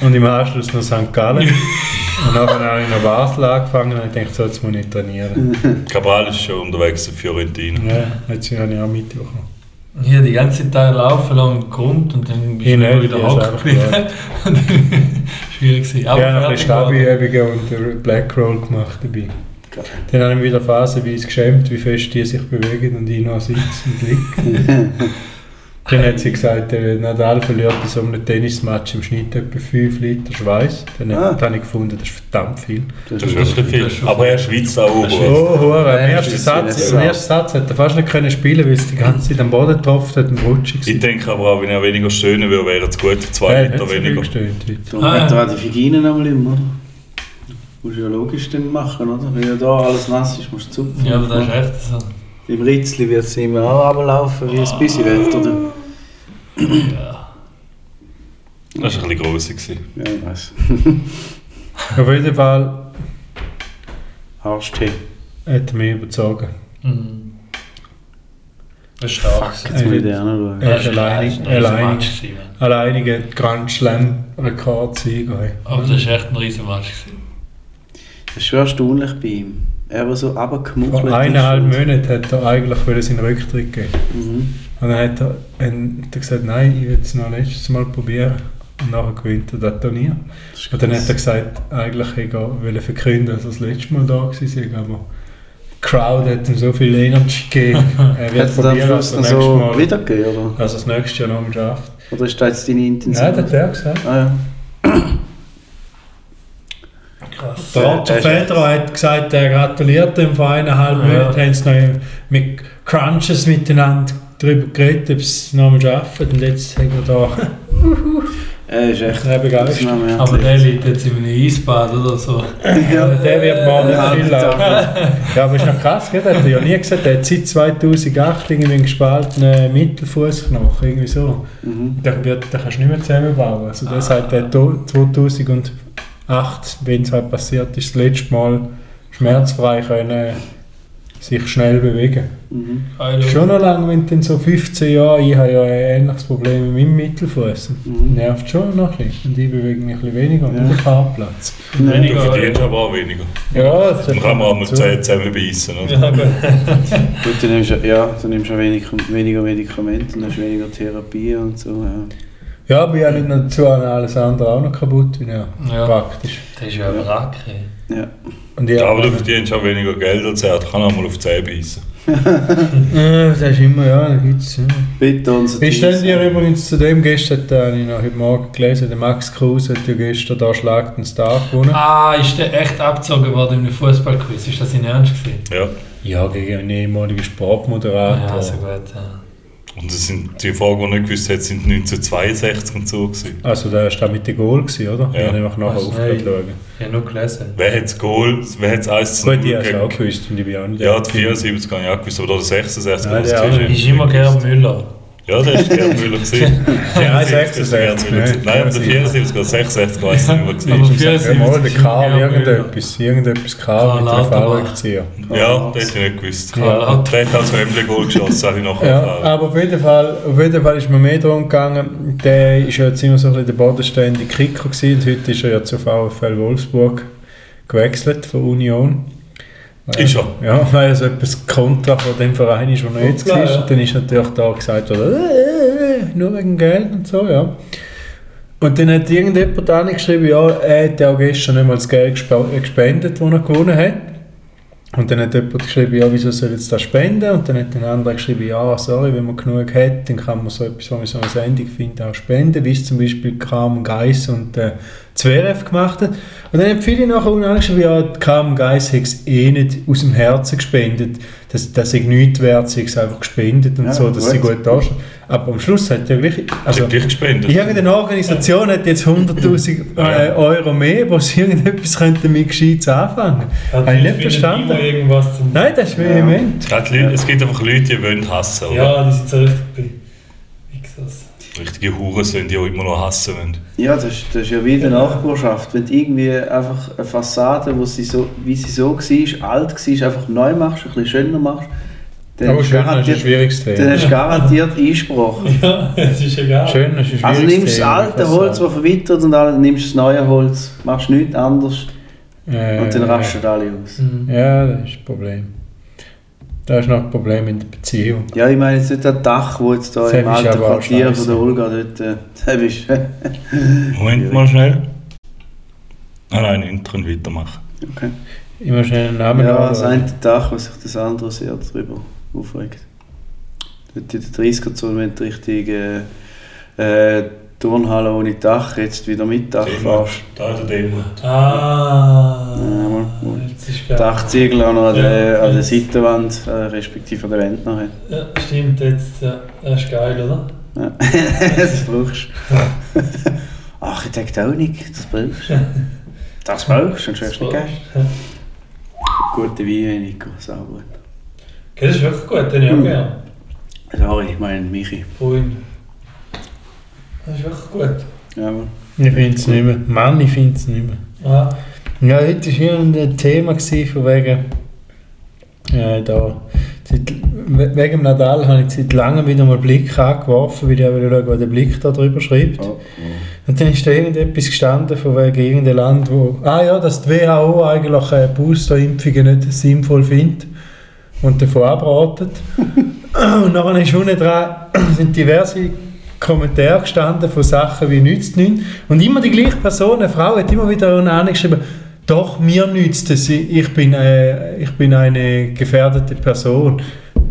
Und im Anschluss noch St. Gallen. Und dann habe ich noch Basel angefangen und dachte, so, jetzt muss ich trainieren.
Cabral ist schon unterwegs in Fiorentina.
Ja, jetzt habe ich auch mitbekommen.
Hier die ganze Zeit laufen lang Grund und dann bist
Ich
du
nicht,
wieder
ich
hocken
hab's
geblieben. Und dann- Schwierig gewesen. Aber
Ja, noch ein
fertig
bisschen Stabi-Übungen
geworden.
und den Black Roll gemacht dabei.
Geil.
Dann habe ich mich wieder phasenweise geschämt, wie fest die sich bewegen und ich noch sitze und liege. Dann hat sie gesagt, der Nadal verliert bei so einem Tennismatch im Schnitt etwa 5 Liter Schweiß. Dann
Ah.
habe ich gefunden, das ist verdammt viel.
Das ist wirklich
Das ist
viel.
schon
Aber
viel.
er schwitzt auch
Das ist
oben.
Oh, Hure, im
Nein,
ersten
das ist nicht
Satz,
so.
im ersten Satz hat er fast nicht können spielen, weil es die ganze Zeit am Boden getroffen hat und rutschig
Ich denke aber auch, wenn er weniger stöhnen würde, wäre es gut, zwei
Nein, hat
Liter
sie viel
weniger.
gestöhnt heute.
Darum
Ah,
hat er auch die Figinen einmal immer, oder? Musst du ja logisch dann machen, oder? Wenn ja da alles nass ist, musst du zupfen.
Ja, aber das ist echt so.
Beim Ritzli wird es immer auch runterlaufen, wie es Bissi wird, oder?
Das war ein bisschen grosser. gewesen.
Ja, ich weiß.
Auf jeden Fall
Arschtee.
hat er mich überzogen.
Mhm. Das ist stark.
Jetzt muss ich dir auch noch schauen.
Er ist alleine, alleine, alleiniger Grand Slam Rekordsieger.
Aber das war echt ein riesen Match. gewesen.
Das ist schon erstaunlich bei ihm. Er war so runtergemuckelt.
Vor
ist
eineinhalb
und-
Monaten hat er eigentlich wollte seinen Rücktritt geben.
Mhm.
Und dann hat er, dann hat er gesagt, nein, ich will es noch letztes Mal probieren. Und nachher gewinnt er das Turnier.
Das ist
Und dann
krass.
hat er gesagt, eigentlich hätte er wollte verkünden, dass er das letzte Mal da war, aber die Crowd hat ihm so viel Energy gegeben. Er wird
Hat er dann am
probieren, dass
Schluss noch
er das nächste
so
Mal,
wiedergegeben, oder?
dass er das nächste Jahr noch schafft.
Oder ist das jetzt deine Intention?
Nein, das hat er gesagt.
Ah ja.
Krass.
Der Roger
Das ist echt-
Federer hat gesagt, er gratuliert dem vor eineinhalb
Ja.
Monaten, haben sie noch mit Crunches miteinander darüber geredet, ob sie es nochmal schaffen. Und jetzt haben wir da
Er ist echt...
einen begeistert.
Aber der liegt jetzt in einem Eisbad oder so.
Der wird morgen
Ja,
nicht viel laufen. Ja, aber ist noch krass, gell? hat er ja nie gesagt. Er hat seit 2008 irgendwie einen gespaltenen Mittelfußknochen, irgendwie so.
Mhm.
Den, wird, den kannst du nicht mehr zusammenbauen. Also
Ah.
der sagt, der to- 2008, wenn es halt passiert ist, das letzte Mal schmerzfrei können sich schnell bewegen.
Mhm.
Schon noch lange, wenn dann so 15 Jahre, ich habe ja ein ähnliches Problem mit meinem Mittelfuß.
Mhm.
Nervt schon noch ein bisschen. Und ich bewege mich ein bisschen weniger und
Ja.
auf dem Fahrplatz.
Du verdienst aber auch weniger.
Ja, das
Dann kann man auch mal
dazu.
Zeit zusammenbeissen. oder?
Ja, gut.
Gut, du nimmst ja, ja, du nimmst ja wenig, weniger Medikamente und hast weniger Therapie und so. Ja.
Ja, aber ich habe nicht dazu an alles andere auch noch kaputt, wie ja.
Ja.
praktisch.
Der ist ja ein Wrack. ey.
ja.
Und ich
Ja, aber du
habe-
verdienst auch weniger Geld als er. Du kannst auch mal auf 10 beißen.
Äh, das ist immer, ja, da gibt's. Ja.
Bitte unser
Wie stehen
ja
dir übrigens zu dem gestern, den habe ich noch heute Morgen gelesen, der Max Kruse hat ja gestern da Schlag den Star gewonnen.
Ah, ist der echt abgezogen worden im Fußballquiz? Ist das in Ernst gewesen?
Ja.
Ja, gegen einen ehemaligen Sportmoderator.
Ja, also gut. Ja.
Und das sind die Fragen, die ich nicht gewusst hätte, sind 1962 und so. Gewesen.
also der ist da mit dem Goal gewesen, oder?
Ja.
Ja. Ich habe nachher
Also,
aufgehört
hey.
zu schauen.
Ich habe nur gelesen.
Wer hat das Goal? Wer hat das 1 zu
Gut,
0
die hast du auch
gegen-
gewusst und ich bin auch nicht.
Ja, die 74 habe ich auch gewusst, aber da der 66
Nein,
muss
der
ich
auch
sehen.
Ist immer Gerhard Müller.
Ja, der ist Gerd Müller. gewesen.
Ja,
76 Gerd Müller gewesen.
66,
Nein, aber der
ne?
74 oder 66 weiß ich nicht mehr.
Aber
gewesen.
ja, mal, der
74 ist immer
Karl
Gerhard Müller.
irgendetwas, irgendetwas Karl
Karl
mit einer
Lauterbach.
Fallaktion.
Ja, das hätte ich nicht gewusst.
Karl Lauterbach.
Der hat als Wembley-Goal geschossen, habe ich nachher
Ja,
erfahren.
aber auf jeden, Fall, auf jeden Fall ist mir mehr darum gegangen, der ist ja jetzt immer so ein bisschen der bodenständige Kicker gewesen und heute ist er ja zu VfL Wolfsburg gewechselt von Union. Weil-
Ist er?
Ja, weil er so etwas Kontra von dem Verein ist, wo er jetzt
Hoppla,
ist.
ja.
Und dann ist natürlich da gesagt worden, äh, äh, nur wegen Geld und so, ja. Und dann hat irgendjemand angeschrieben, ja, er hat ja auch gestern nicht mal das Geld gespa- gespendet, das er gewonnen hat. Und dann hat jemand geschrieben, ja, wieso soll jetzt das spenden? Und dann hat ein anderer geschrieben, ja, sorry, wenn man genug hat, dann kann man so etwas, was man so eine Sendung findet, auch spenden, wie es zum Beispiel Kram Geiss und äh, Zverev gemacht hat. Und dann haben viele nachher unangeschrieben, ja, Kram Geiss hat es eh nicht aus dem Herzen gespendet, das, das sei nichts wert, sie hat es einfach gespendet und
Ja,
so, dass
gut.
sie gut dastehen. Aber am Schluss hat ja gleich...
Also,
Also,
gleich gespendet.
Irgendeine Organisation hat jetzt 100.000 äh, Euro mehr, wo sie irgendetwas könnten mit Gescheites anfangen
Also
Habe ich
die
nicht
finden
verstanden.
Immer irgendwas zum
Nein, das ist vehement.
Ja, die Leute, es gibt einfach Leute, die wollen hassen. Oder?
Ja, die sind so richtig bei Mixers.
Richtige Huren sind, die auch immer noch hassen wollen.
Ja, das ist, das ist ja wieder Nachbarschaft. Wenn du irgendwie einfach eine Fassade, wo sie so, wie sie so war, alt war, einfach neu machst, ein bisschen schöner machst, dann,
Aber
hast du
schöner ist ein
garantiert,
schwieriges
dann
Thema.
hast du garantiert Einsprache.
Ja, es ist egal.
Schöner ist ein schwieriges
Also nimmst das
Thema,
alte
das
Holz, das verwittert und alles, nimmst das neue Holz, machst nichts anderes
äh,
und dann rasten alle aus.
Mhm.
Ja, das ist ein Problem. Das ist noch ein Problem in der Beziehung.
Ja, ich meine jetzt nicht das Dach, wo jetzt da
Das
im
ist
alten
aber auch
Quartier von
scheisse.
der Olga dort, äh, da bist
Moment mal schnell. Ah nein, intern weitermachen.
okay.
Immer schnell einen Namen
Ja, das
nachschauen.
eine Dach, was sich das andere sehr darüber aufregt. Dort in der 30er-Zone, wenn du richtig äh, äh, Turnhalle ohne Dach jetzt wieder mit Dach
Thema.
fährst.
Da ist der Demo.
Ah.
Ja, mal- mal.
Jetzt ist klar.
Dachziegel auch noch an der, äh,
Ja.
an der Seitenwand, äh, respektive an der Wand noch.
Ja, stimmt, jetzt. Ja, das ist geil, oder?
Ja. das brauchst du. Architektonik, das brauchst du. Das brauchst du, sonst wärst du nicht geil.
Ja.
Gute Weine, Nico, sau gut.
Okay, das ist wirklich gut, den ich auch
Mhm.
gerne.
Sorry, ich meine Michi.
Bruin. Das ist wirklich gut.
Ja, Mann.
Ich finde es nicht mehr. Mann, ich finde es nicht mehr.
Ah,
Ja, heute war hier ein Thema gewesen, von wegen. Äh, da. Seit, we- wegen dem Nadal habe ich seit langem wieder mal einen Blick angeworfen, weil ich auch wollte schauen was der Blick da drüber schreibt.
Oh, oh.
Und dann ist da irgendetwas gestanden von wegen irgendeinem Land, wo... Ah ja, dass die WHO eigentlich äh, Boosterimpfungen nicht sinnvoll findet und davon abratet. und dann ist unten dran sind diverse Kommentare gestanden von Sachen wie «nützt nichts». Und immer die gleiche Person, eine Frau, hat immer wieder unten angeschrieben «Doch, mir nützt es, ich bin, äh, ich bin eine gefährdete Person».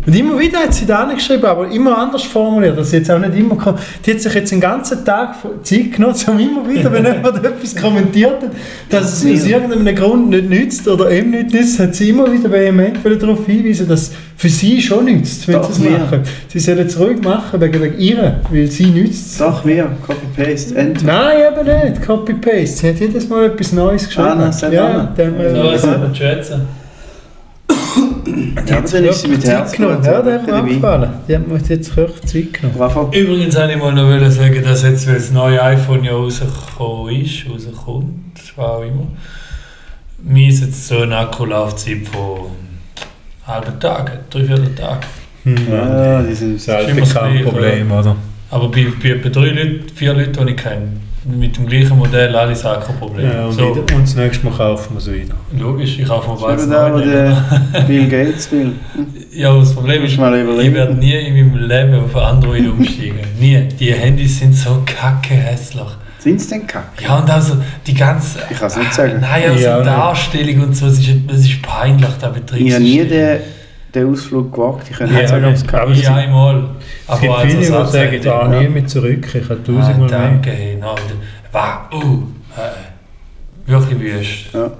Und immer wieder hat sie da angeschrieben, aber immer anders formuliert, dass sie jetzt auch nicht immer... kom- Die hat sich jetzt den ganzen Tag vo- Zeit genommen, um immer wieder, wenn jemand etwas kommentiert hat, dass es aus irgendeinem Grund nicht nützt oder eben nicht nützt, hat sie immer wieder vehement wollen darauf hinweisen, dass es für sie schon nützt, wenn
Doch,
sie es
mir.
machen. Sie sollen es ruhig machen wegen wegen ihr, weil sie nützt.
Doch, wir, Copy-Paste, Enter.
Nein, eben nicht. Copy-Paste. Sie hat jedes Mal etwas Neues geschrieben.
Ah, nein, sag
ja,
an.
dann,
so
äh,
was mit Schwätzen.
Ja, aber dann ist sie mit
Zeit
Herz
genommen. Ja, der hat mir
Dabei.
angefallen. Die hat mir jetzt wirklich Zeit genommen.
Bravo.
Übrigens wollte ich mal noch wollen sagen, dass jetzt, weil das neue iPhone ja rausgekommen ist, rauskommt, was auch immer, mir ist jetzt so ein Akkulaufzeit von einem halben Tag, drei, vier Tagen.
Ja, die sind
Das
ist immer das gleiche, Problem,
oder?
Aber bei, bei etwa drei Leuten, vier Leuten, die ich kenne, mit dem gleichen Modell, alle sagen kein Problem.
Ja, und,
so,
wieder, und das nächste Mal kaufen wir es wieder.
logisch, ich kaufe mir
Schau
beides
da, wo
neu.
genau der Bill Gates will.
Ja, aber das Problem
Muss
ist, ich
man überlegen.
werde nie in meinem Leben auf Android umsteigen. nie. Die Handys sind so kacke hässlich.
Sind sie denn kacke?
Ja, und also die ganze.
Ich kann's nicht sagen.
Nein, also
Ja,
Darstellung und so, es ist, es ist peinlich, der Betrieb.
Ich habe nie den, den Ausflug gewagt. Ich kann
Ja,
nicht sagen, ob es
nein.
kacke
Aber
Ja,
es-
einmal. also
Es gibt viele, die sagen, da
ah,
nie mehr zurück, ich habe tausendmal mehr.
danke, hey, nein. Wow, uh, äh, wirklich wüst.
Ja.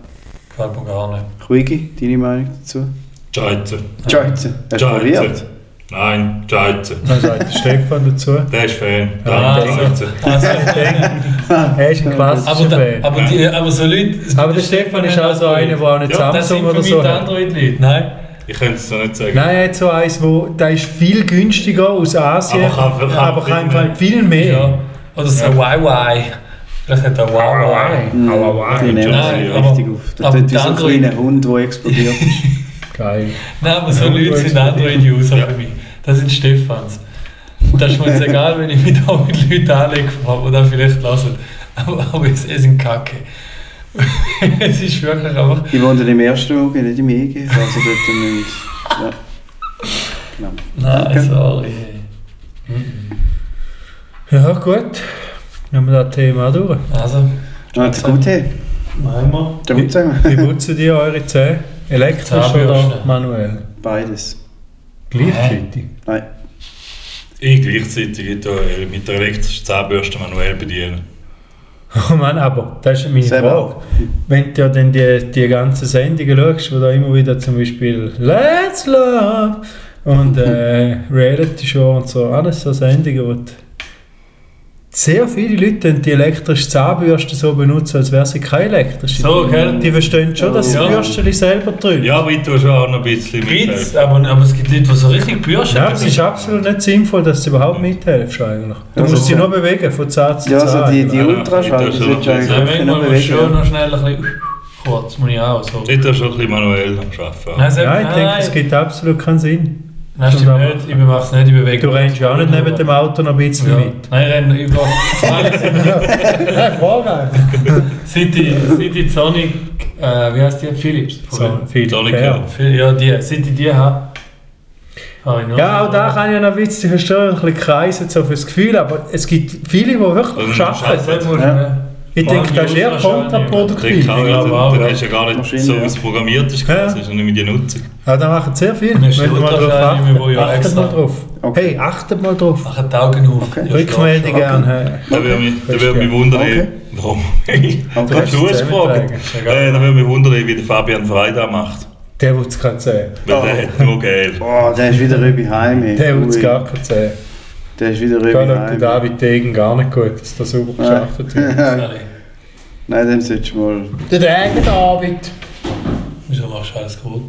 Gefällt mir gar nicht.
Quiggy, deine Meinung dazu?
Scheiße.
Scheiße. Hast du probiert?
Nein, Scheiße.
Was sagt der Stefan dazu?
Der ist Fan. Der
Ah,
andere sagt sie.
Also, ich denke, er ist ein
Aber,
klassischer
da,
Fan.
aber, die, aber so Leute.
Aber der Stefan ist auch so einer, der auch nicht
Ja,
Das
Samsung
sind für
oder
mich
so
die
hat.
Android-Leute. ne? Nein.
Ich könnte es noch nicht sagen.
Nein, er hat so eins, wo, der ist viel günstiger aus Asien,
Aber kann- kann-
aber kann im Fall viel mehr.
Ja. Oder so
Ja.
YY. Vielleicht hat er YY.
Mhm.
Aber wow,
Die nehmen
Nein,
sich
aber-
richtig auf. Das
aber
tut wie
der
so ein
andere-
kleiner Hund, der explodiert.
Geil.
Nein, aber so Leute sind Android-User für mich. Das sind Stefans. Das ist mir jetzt egal, wenn ich mich da mit Leuten anlege habe oder vielleicht lassen. Aber, aber es, es sind Kacke. es ist wirklich einfach.
ich wohne im ersten Auge, nicht im EG. Also dort müssen ja. Genau.
Nein,
Okay.
sorry.
Ja, gut. Dann haben wir das Thema auch durch.
Also,
Ah, das Gute.
einmal.
Der Hund sagen
Wie putzen die eure Zähne? Elektrisch oder
Zahnbürste.
manuell?
Beides.
Gleichzeitig.
Nein.
Ich gleichzeitig da, äh, mit der elektrischen Zahnbürste manuell bedienen.
Oh Mann, aber das ist meine
Selber
Frage.
auch.
Wenn du ja dann die, die ganzen Sendungen schaust, wo da immer wieder zum Beispiel Let's Love und äh, Reality Show und so, alles so Sendungen, wo die- sehr viele Leute dann die elektrische Zahnbürste so benutzen, als wäre sie keine elektrische.
So, gell?
Die verstehen schon, dass sie
Ja.
die Bürstchen selber drücken.
Ja, aber ich tue schon auch noch ein bisschen
Gibt's,
mit.
aber, aber es gibt Leute, die so richtig bürschen.
Ja, es ist absolut nicht sinnvoll, dass du überhaupt mithelfst eigentlich. Du
Also-
musst sie nur bewegen, von Zahn zu
Ja,
Zahn.
also die, die
Ja,
Ultraschall,
das
die
ist
solltest du
ja
eigentlich
Ja,
wirklich
Genau,
noch
manchmal muss ich schon
bewegen.
noch schnell ein bisschen kurz, muss ich auch so.
Ich tue schon ein bisschen manuell am Arbeiten.
Nein, sag-
Nein, ich denke,
nein.
es gibt absolut keinen Sinn.
Nein, stimmt nicht, ich mache es nicht, ich bewege
Du rennst ja auch nicht neben dem Auto noch ein bisschen
ja.
mit.
Nein, ich renne über. Nein,
Nein, Frage.
seit die, seit die Sonic, äh, wie heißt die? Philips.
So, viel
Dolly
fair.
Girl.
Ja, die, seit ich die habe, habe ich nur
Ja, auch da kann ich noch ein bisschen ich verstehe, ein bisschen kreisen so fürs Gefühl, aber es gibt viele, die
Also,
wirklich
du
arbeiten.
schaffst
Das
es.
muss
Ja.
man.
Ich denke, das ist eher
Ich denke
kontraproduktiv.
auch,
glaube auch,
dann,
ja.
dann hast du ja gar nicht
Maschine,
so,
ja.
wie es programmiert ist.
Ja.
Das ist ja nicht mehr die Nutzung.
Aber da machen sehr viele.
Das ist
Wenn wir mal drauf
Ultraschall,
achten.
wo ja
Achtet
extra-
mal drauf.
Okay.
Hey, achtet mal drauf.
Mach die Augen auf.
Okay.
Ja,
Rückmeldung gerne.
Da würde mich, da würde mich
Verstehe.
wundern,
Okay.
warum ich
Okay.
du hast gefragt. Äh, Da würde mich wundern, wie der Fabian Freida macht.
Der will es gerade sehen.
Weil
Oh.
der hat nur Geld.
Boah, der ist wieder rüber heim. ey.
Der will es
Ui,
gar nicht sehen.
Der ist wieder
Ich
rüber
glaube, der
heim.
David Degen gar nicht gut, dass das sauber geschafft wird.
Sorry.
Nein, dem solltest du mal...
Der Degen, David.
Wieso machst du alles gut?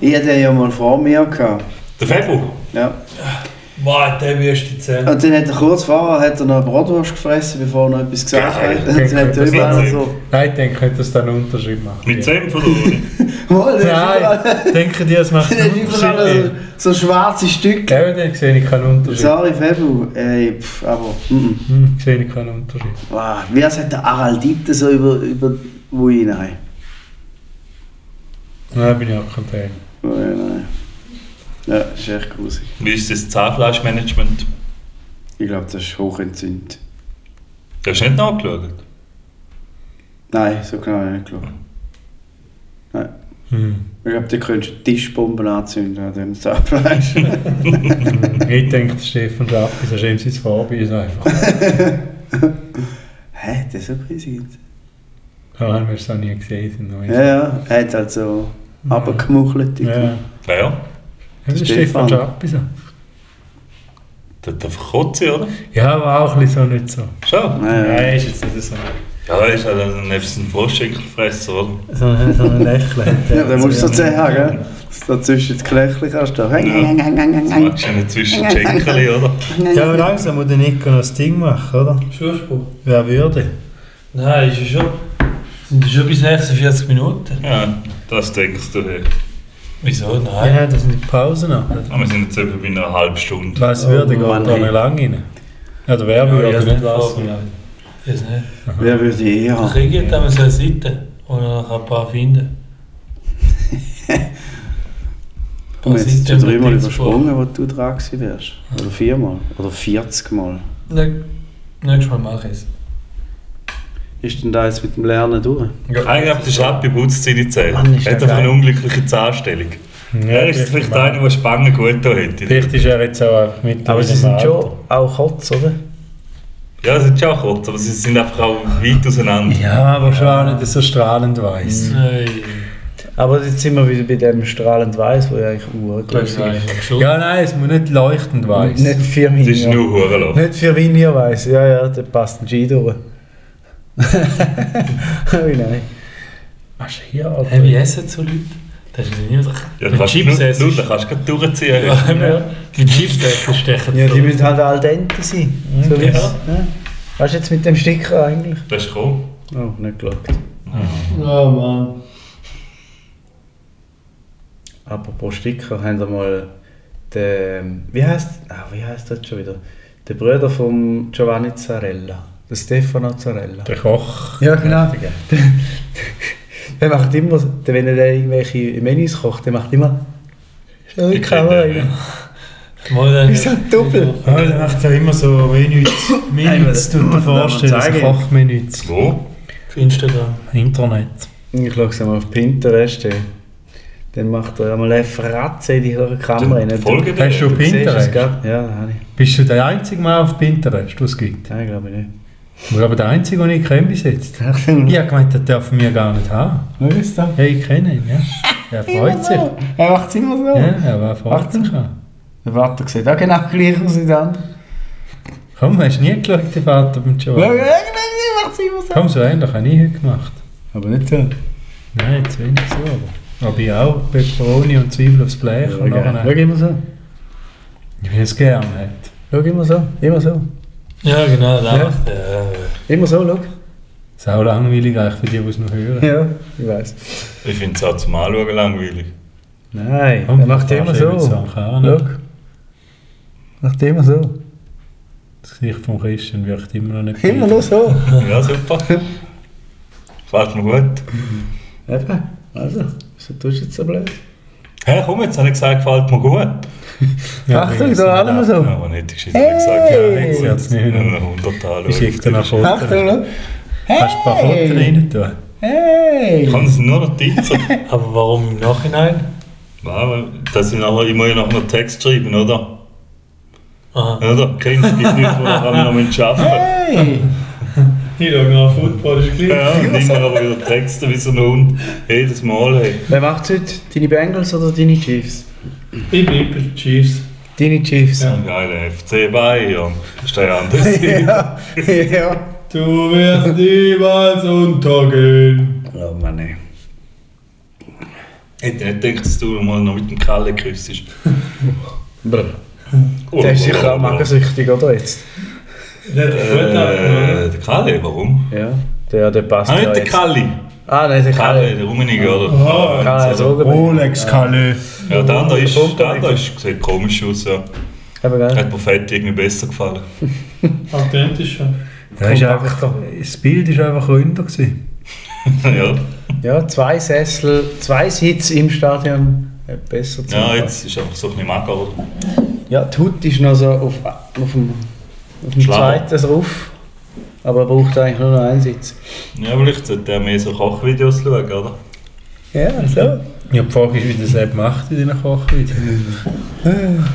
Ich hatte den ja mal vor mir gehabt.
Der Febo.
Ja.
Boah, der wirst die Zähne.
Und dann hat er kurz vorher hat er noch eine Bratwurst gefressen, bevor er noch etwas gesagt
Geil.
hat. Und dann hat er
Das
überall
ist
so...
Nein, ich denke, könnte das dann einen Unterschied machen.
Mit Senf oder ohne?
Mal, der
Nein, ich denke dir, es macht einen
hat überall
Unterschied.
so, so schwarze Stücke.
Eben, dann sehe ich keinen Unterschied.
Sorry, Febu. Ey, pff, aber... Mm -mm.
Hm, sehe ich keinen Unterschied.
Wow, wie hat der Araldite so über... über Ui, nein.
Nein, bin ich auch kein Fan.
Ui, nein. Ja, das ist echt grusig.
Wie ist das Zahnfleischmanagement?
Ich glaube, das ist hochentzündet.
Du hast nicht nachgeschaut.
Nein, so genau habe ich nicht geschaut.
Hm.
Ich glaube, da könntest du Tischbomben anzünden an dem Zahnfleisch.
ich denke, der Stefan Schappi, das ist ihm sein Vorbild ist einfach.
Hä, das ist so riesig.
Da haben wir es auch nie gesehen. Noch
Ja, ja, er hat halt so abgemuchelt.
ja.
Wer?
Das ist
Stefan.
Stefan Schappi so.
Der, der Kotze, oder?
Ja, aber auch ein bisschen so nicht so.
Schon.
Nein,
ist jetzt nicht so.
Ja, er ist halt ein, ein Froschschenkelfresser, oder?
So ein, so ein Lächeln.
ja, dann musst du so zehn haben, gell? Dass du dazwischen das Knöchel kannst. du-
Das magst du ja nicht zwischen Schenkel, oder?
Ja, aber langsam muss der Nico noch das Ding machen, oder?
Schurspruch.
Wer würde?
Nein, ist ja schon. Sind ja schon bis 46 Minuten.
Ja, das denkst du. Hey.
Wieso?
Ja,
Nein.
ja das sind die Pausen noch.
Aber Ah, wir sind jetzt etwa bei einer halben Stunde.
Was würde, geht
Mann,
da
ey.
nicht lang rein. Oder wer
ich
würde,
hab's
nicht
nicht
was.
vorbereitet. Ich weiß nicht.
Wer würde ich
Ich
haben?
kriege jetzt einmal so eine Seite, wo ich noch ein paar finden Ein
Du
paar
hast jetzt schon
Seiten über
dreimal
die Sport.
übersprungen, wo du dran gewesen wärst. Oder viermal. Oder 40 Mal.
Nä- Ne, Nächstes Mal mache ich es.
Ist denn da jetzt mit dem Lernen durch?
Eigentlich hat der Schlappi putzt seine Zähne.
Mann, ist
Er hat einfach
der geil.
eine unglückliche Zahnstellung.
Ja,
er ist vielleicht einer, der Spangen gut da hätte.
Vielleicht ist er jetzt auch einfach mit
Aber sie sind schon auch Kotz, oder?
Ja, sie sind schon kurz, aber sie sind einfach auch weit auseinander.
Ja, aber schon auch nicht so strahlend
Mhm.
weiß.
Nein.
Aber jetzt sind wir wieder bei dem strahlend Weiß, wo ja eigentlich urgrößig ist.
Ja, nein, es muss nicht leuchtend weiß.
Nicht für
Das ist
Minier.
nur Hurenlauf.
Nicht für Minier Weiß. Ja, ja, der passt ein G durch. Wie nein. Was hier, Alter?
Hey, wie essen so Leute? Das ist nicht so.
Ja, du kannst
Chips
nur, nur,
essen.
du kannst gerade durchziehen.
Ja, ja. Die Chips essen stechen.
Ja,
so.
die müssen halt al dente sein. So wie
Ja.
es- ja. Was ist jetzt mit dem Sticker eigentlich?
Das ist cool.
Oh, nicht geglaubt.
Ah.
Oh Mann.
Apropos Sticker, haben wir mal den, wie heißt, ah, wie heißt das schon wieder? Der Bruder von Giovanni Zarella, der Stefano Zarella.
Der Koch.
Ja, genau. Der, der macht immer, der, wenn er dann irgendwelche Menüs kocht, der macht immer so die
Ich
Kamera
kenn den,
rein.
Mal dann-
Ist das doppel?
Ja, der macht ja immer so Menüs. Menüs, tut er vorstellen, so
zeigen.
Kochmenüs.
Wo?
Auf Instagram.
Internet.
Ich schaue es mal auf Pinterest. ey. Dann macht er einmal eine Fratze in die Kamera rein.
Folge dir.
Hast du
Du siehst es,
Pinterest?
gell? Ja, habe ich.
Bist du der einzige Mann auf Pinterest, was es gibt?
Nein, glaube ich nicht.
Du bist aber der einzige, den ich kenne bis jetzt. Ich habe gemeint, das dürfen wir gar nicht haben.
Schau es da.
Ja, ich kenne ihn, ja. Er freut sich. Ja,
Er macht es immer so.
aber er freut
Achtung.
sich an.
Der Vater sieht auch genau gleich aus wie der andere.
Komm, hast du nie geschaut, den Vater beim
Schau,
Giovanni?
er macht es immer so.
Komm, so ähnlich habe ich heute gemacht.
Aber nicht so.
Nein, zu wenig so, aber... Aber ich auch Peperoni und Zwiebel aufs Blech
Schau
und nachher...
immer so.
Ich will es gerne hat.
Schau immer so. Immer so.
Ja, genau, da
Ja.
macht äh, er. ja.
Immer so, schau.
Sau langweilig eigentlich für die, die es noch hören.
Ja, ich weiß.
Ich finde es auch zum Anschauen langweilig.
Nein,
Komm,
er macht
da
immer
steht
so.
jetzt am Kahn.
Schau. Macht immer so.
Das Gesicht von Christian wirkt immer noch nicht
Immer nur so.
Ja, super. Gefällt mir gut.
Eben. Also, wieso tust du jetzt so blöd?
Hey, komm, jetzt habe ich gesagt, gefällt mir gut.
Ja,
Achtung,
das
da
ist
alle so.
Ja, aber nicht ich hätte gesagt,
Hey!
ja, jetzt
Jetzt
jetzt
nicht
nicht
mehr.
mehr 100 Tage.
Ich schicke dir noch Fotos.
Achtung, schau.
Kannst du ein paar Fotos rein tun?
Ich
Hey!
kann es nur noch tippen.
Aber warum im Nachhinein?
Nein, dass ich nachher immer noch einen Text schreiben, oder?
Aha.
Oder? Kennst du, gibt nichts, woran ich noch mit arbeiten
Hey!
Ich schaue nach Football, ist gleich.
Ja, und immer aber wieder Texte wie so ein Hund. Jedes Mal, hey.
Wer macht's heute? Deine Bengals oder deine Chiefs?
Ich bleibe bei den Chiefs.
Deine Chiefs.
Ja.
Geile FC Bayern. Ist der anders?
Ja. ja.
Du wirst niemals untergehen.
Oh Mann, ey.
Hätte nicht gedacht, dass du mal noch mit dem Kalle Oh, küsst.
Brr. Der ist sicher auch magersüchtig, oder jetzt?
Der hat
Äh,
die Foot abgenommen.
der Kalle, warum?
Ja. Der, der passt
Ah,
ja
nicht der
jetzt.
Kalli.
Ah, nein, der
Kalle,
Kalle.
der Rummeniger, oder? Also,
Kalle, so
Rolex, Kalle.
Ja, der andere ist, der andere ist, sieht komisch aus, ja.
Eben, gell?
Hat mir Fett irgendwie besser gefallen.
Authentischer.
Das, ist einfach, das Bild war einfach runder. Gewesen.
ja.
Ja, zwei Sessel, zwei Sitz im Stadion. Ja, Besser zu
ja, jetzt ist einfach so ein bisschen mager, oder?
Ja, die Hut ist noch so auf, auf dem, auf dem
Schlauer.
zweiten Ruf. Aber er braucht eigentlich nur noch einen Sitz.
Ja, vielleicht sollte er mehr so Kochvideos schauen, oder?
Ja, so.
Ja, die Frage ist, wie das er macht in deinen Kochvideos.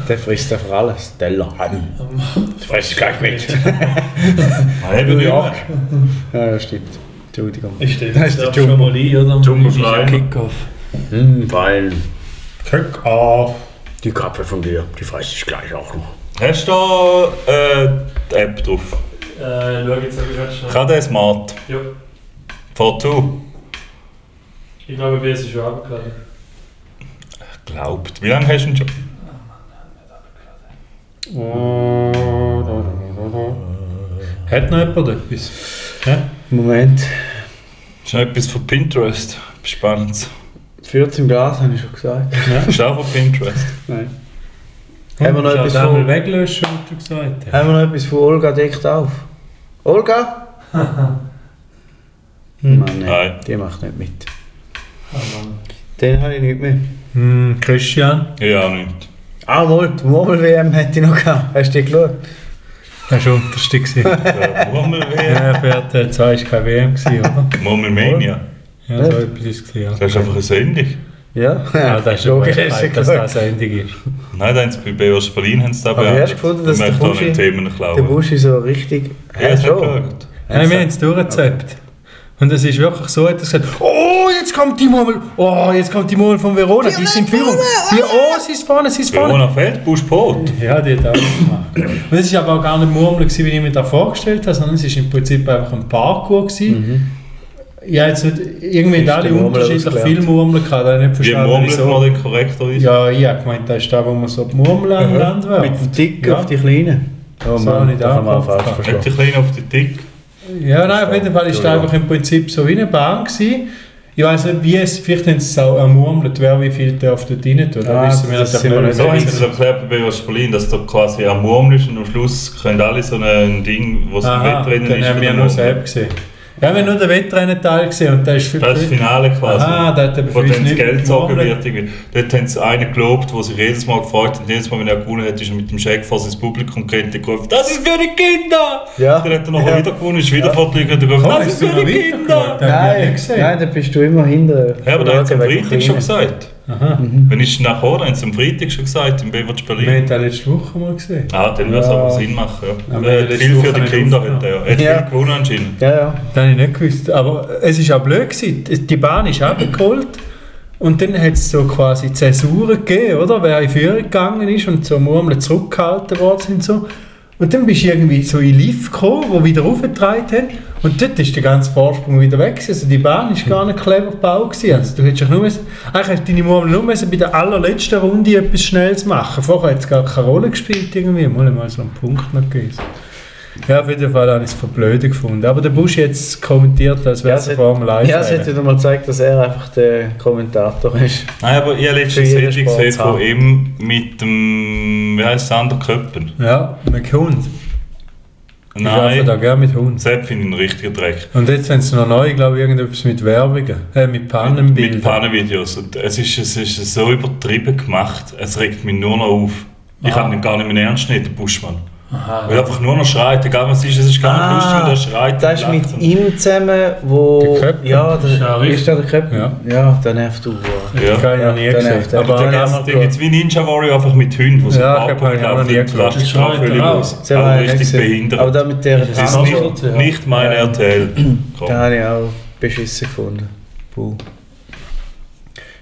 Der frisst einfach alles. Der Lahm. Friss gleich mit.
Nein, eben nicht mehr.
Ja, ja, stimmt. Entschuldigung.
Ich stehe
Da ist
jetzt
der
auch schon mal ein, oder?
Jumbo
Schleim.
Schleim.
Kickoff.
Weil
Check auf.
die Kappe von dir, die fresse ich gleich auch noch.
Hast du da äh, die App drauf?
Äh, schau jetzt, ob ich das schon.
Kann der Smart?
Ja.
Fortu?
Ich glaube, wir sind schon abgeladen.
Glaubt. Wie lange hast du ihn schon?
Hat noch jemand etwas?
Moment.
Ist noch etwas von Pinterest? Spannend.
14 Glas, habe ich schon gesagt.
Ist auch von Pinterest.
Nein. Haben wir noch etwas
von...
von-
mal weglöschen, was du gesagt hast.
Haben wir noch etwas von Olga deckt auf? Olga? Hm. Mann, nee.
Nein. Ah,
Die macht nicht mit. Den habe ich nicht mehr.
Hm, Christian,
Ja, nicht.
Ah, wohl, die Mobile-WM hätte ich noch gehabt. Hast du die geschaut?
das war unterste. gewesen.
Äh, Murmelwehr.
ja, Bertel, das war keine WM, gewesen, oder?
Murmelmania.
Ja, so etwas ist es. gewesen, Ja.
Das ist einfach eine Sendung.
Ja.
Ja, Ah, das ist
Logisch,
eine Frechheit, dass
klar.
das eine Sendung ist.
Nein, da haben sie bei Beos Berlin haben sie da
Aber
beachtet.
hast du gefunden, dass
Ich
der
möchte auch
Buschi-
nicht Themen
Der
klauen.
Busch ist so richtig.
Ja, ist geschaut.
Nein, wir haben es durchgezappt. Und es ist wirklich so, hat er gesagt, oh, jetzt kommt die Murmel, oh, jetzt kommt die Murmel von Verona, die ist in Führung. Ja, oh, sie ist vorne, sie ist vorne.
Verona fällt, Busch tot.
Ja, die hat auch gemacht. Und es war aber auch gar nicht Murmeln, gewesen, wie ich mir das vorgestellt habe, sondern es war im Prinzip einfach ein Parkour. Mhm. Ja, jetzt nicht, irgendwie
Ist
haben alle
die Murmel
unterschiedlich
ausgelernt?
viel Murmeln gehabt, da habe ich nicht
Wie
verstanden,
murmelt man
wieso.
den Korrektor ist?
Ja, ich habe gemeint, das ist da, wo man so die Murmel an Land
Mit dem
wirft.
Dick
Ja.
auf die Kleine. Oh
So habe
Mann,
ich
da
auch
kann man auch
gedacht.
falsch
Hätte
verstehen.
ich klein auf den Tick.
Ja, nein, auf jeden Fall ist da einfach im Prinzip so wie eine Bahn gewesen. Ich weiß nicht, wie es, vielleicht haben sie es auch ermurmelt, wer wie viel darf dort rein tun. Da
Ah,
wissen wir
das sind
natürlich
wir
nicht.
So haben sie
mehr.
es erklärt bei Beos Berlin, dass da quasi am Murmeln ist und am Schluss können alle so ein Ding, was im
Aha,
Wettrennen
dann
ist.
haben wir
wieder
nur
murmeln.
selbst gesehen. Ja, wir haben nur den Wettrennenteil gesehen und der ist für
Das ist das Finale quasi.
Ah, da hat eben
wo
für uns
dann das
nicht
Geld gezogen
gewonnen.
wird. irgendwie. Dort haben sie einen gelobt, der sich jedes Mal gefreut hat. Und jedes Mal, wenn er gewonnen hat, ist er mit dem Scheck vor sein Publikum gerannt und gerufen, das ist für die Kinder!
Ja.
Dann hat er nachher
Ja.
wieder gewonnen, ist wieder ja. vorgelegt und gerufen, das ist für die Kinder!
Nein,
Nein, nein, dann bist du immer hinter.
Ja, aber da haben sie am Freitag schon gesagt.
Aha.
Wenn ich nachher, dann haben sie am Freitag schon gesagt, im Baywatch Berlin.
Wir haben den letzte Woche mal gesehen.
Ah, dann würde es
Ja.
aber Sinn machen. Ja.
Aber
Äh,
letzte
viel für
Woche
die
nicht
Kinder
aufgenommen.
hat er. ja. Er hat
Ja.
viel gewonnen anscheinend.
Ja, ja.
Das habe ich nicht gewusst. Aber es war auch blöd. Gewesen. Die Bahn ist abgeholt und dann hat es so quasi Zäsuren gegeben, oder? Wer in Führung gegangen ist und so Murmeln zurückgehalten worden sind. So. Und dann bist du irgendwie so in Lift gekommen, wo wieder aufgetragen haben. Und dort ist der ganze Vorsprung wieder weg. gewesen. Also die Bahn war gar nicht clever gebaut. gewesen. Also du hättest dich nur müssen, eigentlich hättest du deine Murmeln nur müssen bei der allerletzten Runde etwas Schnelles machen. Vorher hat es gar keine Rolle gespielt irgendwie. Mal einmal so einen Punkt noch gegeben. Ja, auf jeden Fall habe ich es verblödet gefunden. Aber der Busch hat es kommentiert, als wäre
Ja,
es
es
eine
hat-
Formel 1
Ja, es hat wieder mal gezeigt, dass er einfach der Kommentator ist.
Nein, aber ich habe letztens
Für
eine
jeden
Sendung gesehen
Sport
von
haben.
ihm mit dem, wie heisst es, Sander Köppen.
Ja, mit Hund. Ich arbeite da
Nein,
gerne mit Hund.
Sepp finde ich einen richtigen Dreck.
Und jetzt haben sie noch neu, glaube ich, irgendetwas mit Werbungen, äh, mit Pannenbildern.
Mit Pannenvideos. Und es ist, es ist so übertrieben gemacht, es regt mich nur noch auf. Ich
Ah.
kann ihn gar nicht mehr ernst nehmen, den Buschmann.
Aha,
Weil er einfach nur noch schreit, egal was ist, es ist gar nicht
Ah,
lustig, wenn er schreit.
Das ist
und
mit
lacht.
ihm zusammen, wo...
Der Köppen.
Ja, der,
Ist ja richtig.
ist der der Köppen?
Ja.
ja der nervt du.
Ja.
Das habe ich noch nie
Ja, dann
gesehen.
nervt er.
Aber
Da
auch
gibt's-
noch
Da gibt es wie Ninja Warrior einfach mit Hunden, die
Ja, ich glaub, hab ich auch noch nie
und
gehört.
lachen
Das schreit
völlig
er auch.
aus.
Den
Aber
habe ich nicht
Also richtig
gesehen. Aber Ah,
behindert.
da mit der
Das ist
Tasse,
Taschen-
nicht,
Ja.
nicht mein RTL. Komm.
den habe ich auch beschissen gefunden. Buh.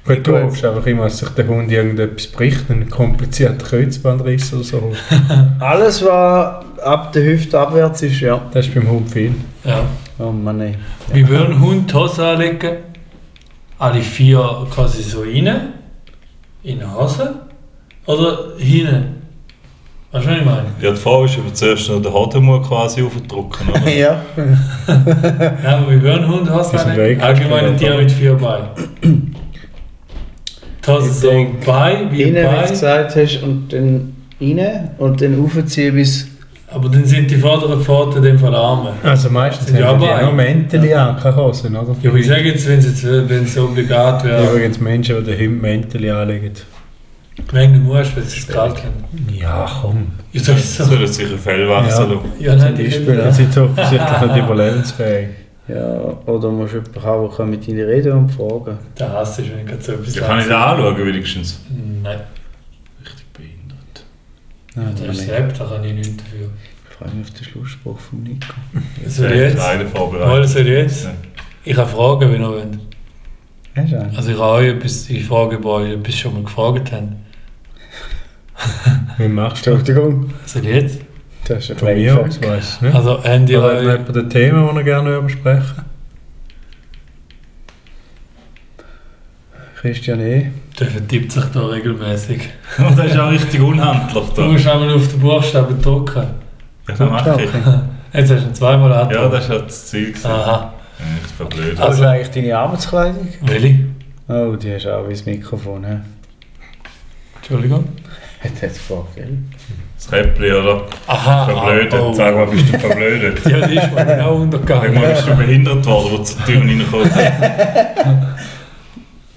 Gut, du hoffst einfach immer, dass sich der Hund irgendetwas bricht, einen komplizierten Kreuzbandriss oder so.
Alles, was ab der Hüfte abwärts ist, ja.
Das ist beim Hund viel.
ja.
Oh Mann, ey.
Wir würden Hund die Hose anlegen, alle vier quasi so rein, in die Hose oder hinten. Weißt du, was ich meine?
Ja, die Frage ist, ob du zuerst noch den Hodenmut quasi aufdrücken oder?
Ja.
Ja, aber wir würden Hund die Hose
Das ist ein
anlegen,
Weg.
allgemeine Tiere mit vier Beinen. Die Hose
Ich
so
denk,
bei, wie
Innen, wie du
bei,
gesagt hast, und dann rein und dann aufziehen bis...
aber dann sind die vorderen Pfoten in dem Fall Arme.
Also meistens
Ja,
haben die
aber-
nur Mäntel an, keine Hosen, oder?
Ja, aber ich sage jetzt, wenn es jetzt, wenn es obligat wäre,
Übrigens Menschen, die den Hund Mäntel anlegen.
wenn du musst, wenn es sich kalt kennt.
Ja, komm.
Ich sage so.
Sollen sicher Fellwachsen. lassen.
Ja, nein, die Kinder.
Das sind so offensichtlich nicht überlebensfähig.
Ja, oder musst du jemanden haben, der mit dir reden und fragen.
Der Hass ist, wenn ich gerade so etwas
Ja, kann ich
sage.
den anschauen wenigstens.
Nein,
Richtig behindert.
Nein,
das ist selbst, da kann ich nichts dafür.
Ich freue mich auf den Schlussspruch von Nico.
Soll ich jetzt?
Eine
Mal
vorbereitet.
soll ich jetzt?
Nein.
Ich kann fragen, wenn ihr wollt.
Hast du einen?
Also ich habe euch etwas, ich frage bei euch, ob ihr schon mal gefragt habt.
Wie machst du
Entschuldigung.
Soll ich jetzt?
Das ist ein
Von mir aus,
Playfuck.
weißt du, ne?
Also habt ihr
Oder hat noch
euch,
jemand ein Thema, das er gerne sprechen
Christian E.
der vertippt sich da regelmäßig.
Und das ist auch richtig unhandlich
Du
da.
musst einmal auf den Buchstaben drücken.
Ja, das mache ich.
Jetzt hast du ihn zweimal an.
Ja, das ist halt das Ziel. gewesen.
Aha.
Echt verblödet.
Also eigentlich deine Arbeitskleidung?
Welche?
Oh, die hast du auch wie das Mikrofon. He?
Entschuldigung.
Hat er gefragt, gell?
Das Käppli, oder?
Aha.
Verblödet.
Oh.
Sag mal, bist du verblödet?
Ja, die ist mir genau
Sag
untergegangen.
mal, bist du behindert worden, als du zur Tür reinkommst?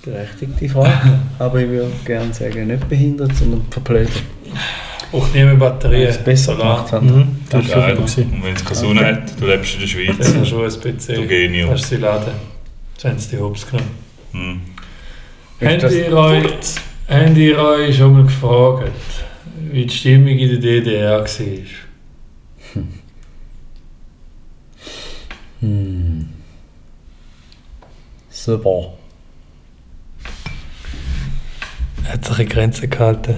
Berechtigte Frage. Aber ich würde gerne sagen, nicht behindert, sondern verblödet.
Auch nehme Batterien.
Dass sie es besser gemacht haben.
Mhm. Das ist
Geil.
super. gewesen.
Und wenn es keine Sonne hat, du lebst in der
Das
Schweiz.
ist schon ein bisschen.
Du Genio.
Kannst du sie laden. Jetzt haben sie die Hops genommen.
Hm.
Habt
das-
ihr, euch, habt ihr euch schon mal gefragt, wie die Stimmung in der DDR war?
Hm. Super.
Hat sich in Grenzen gehalten.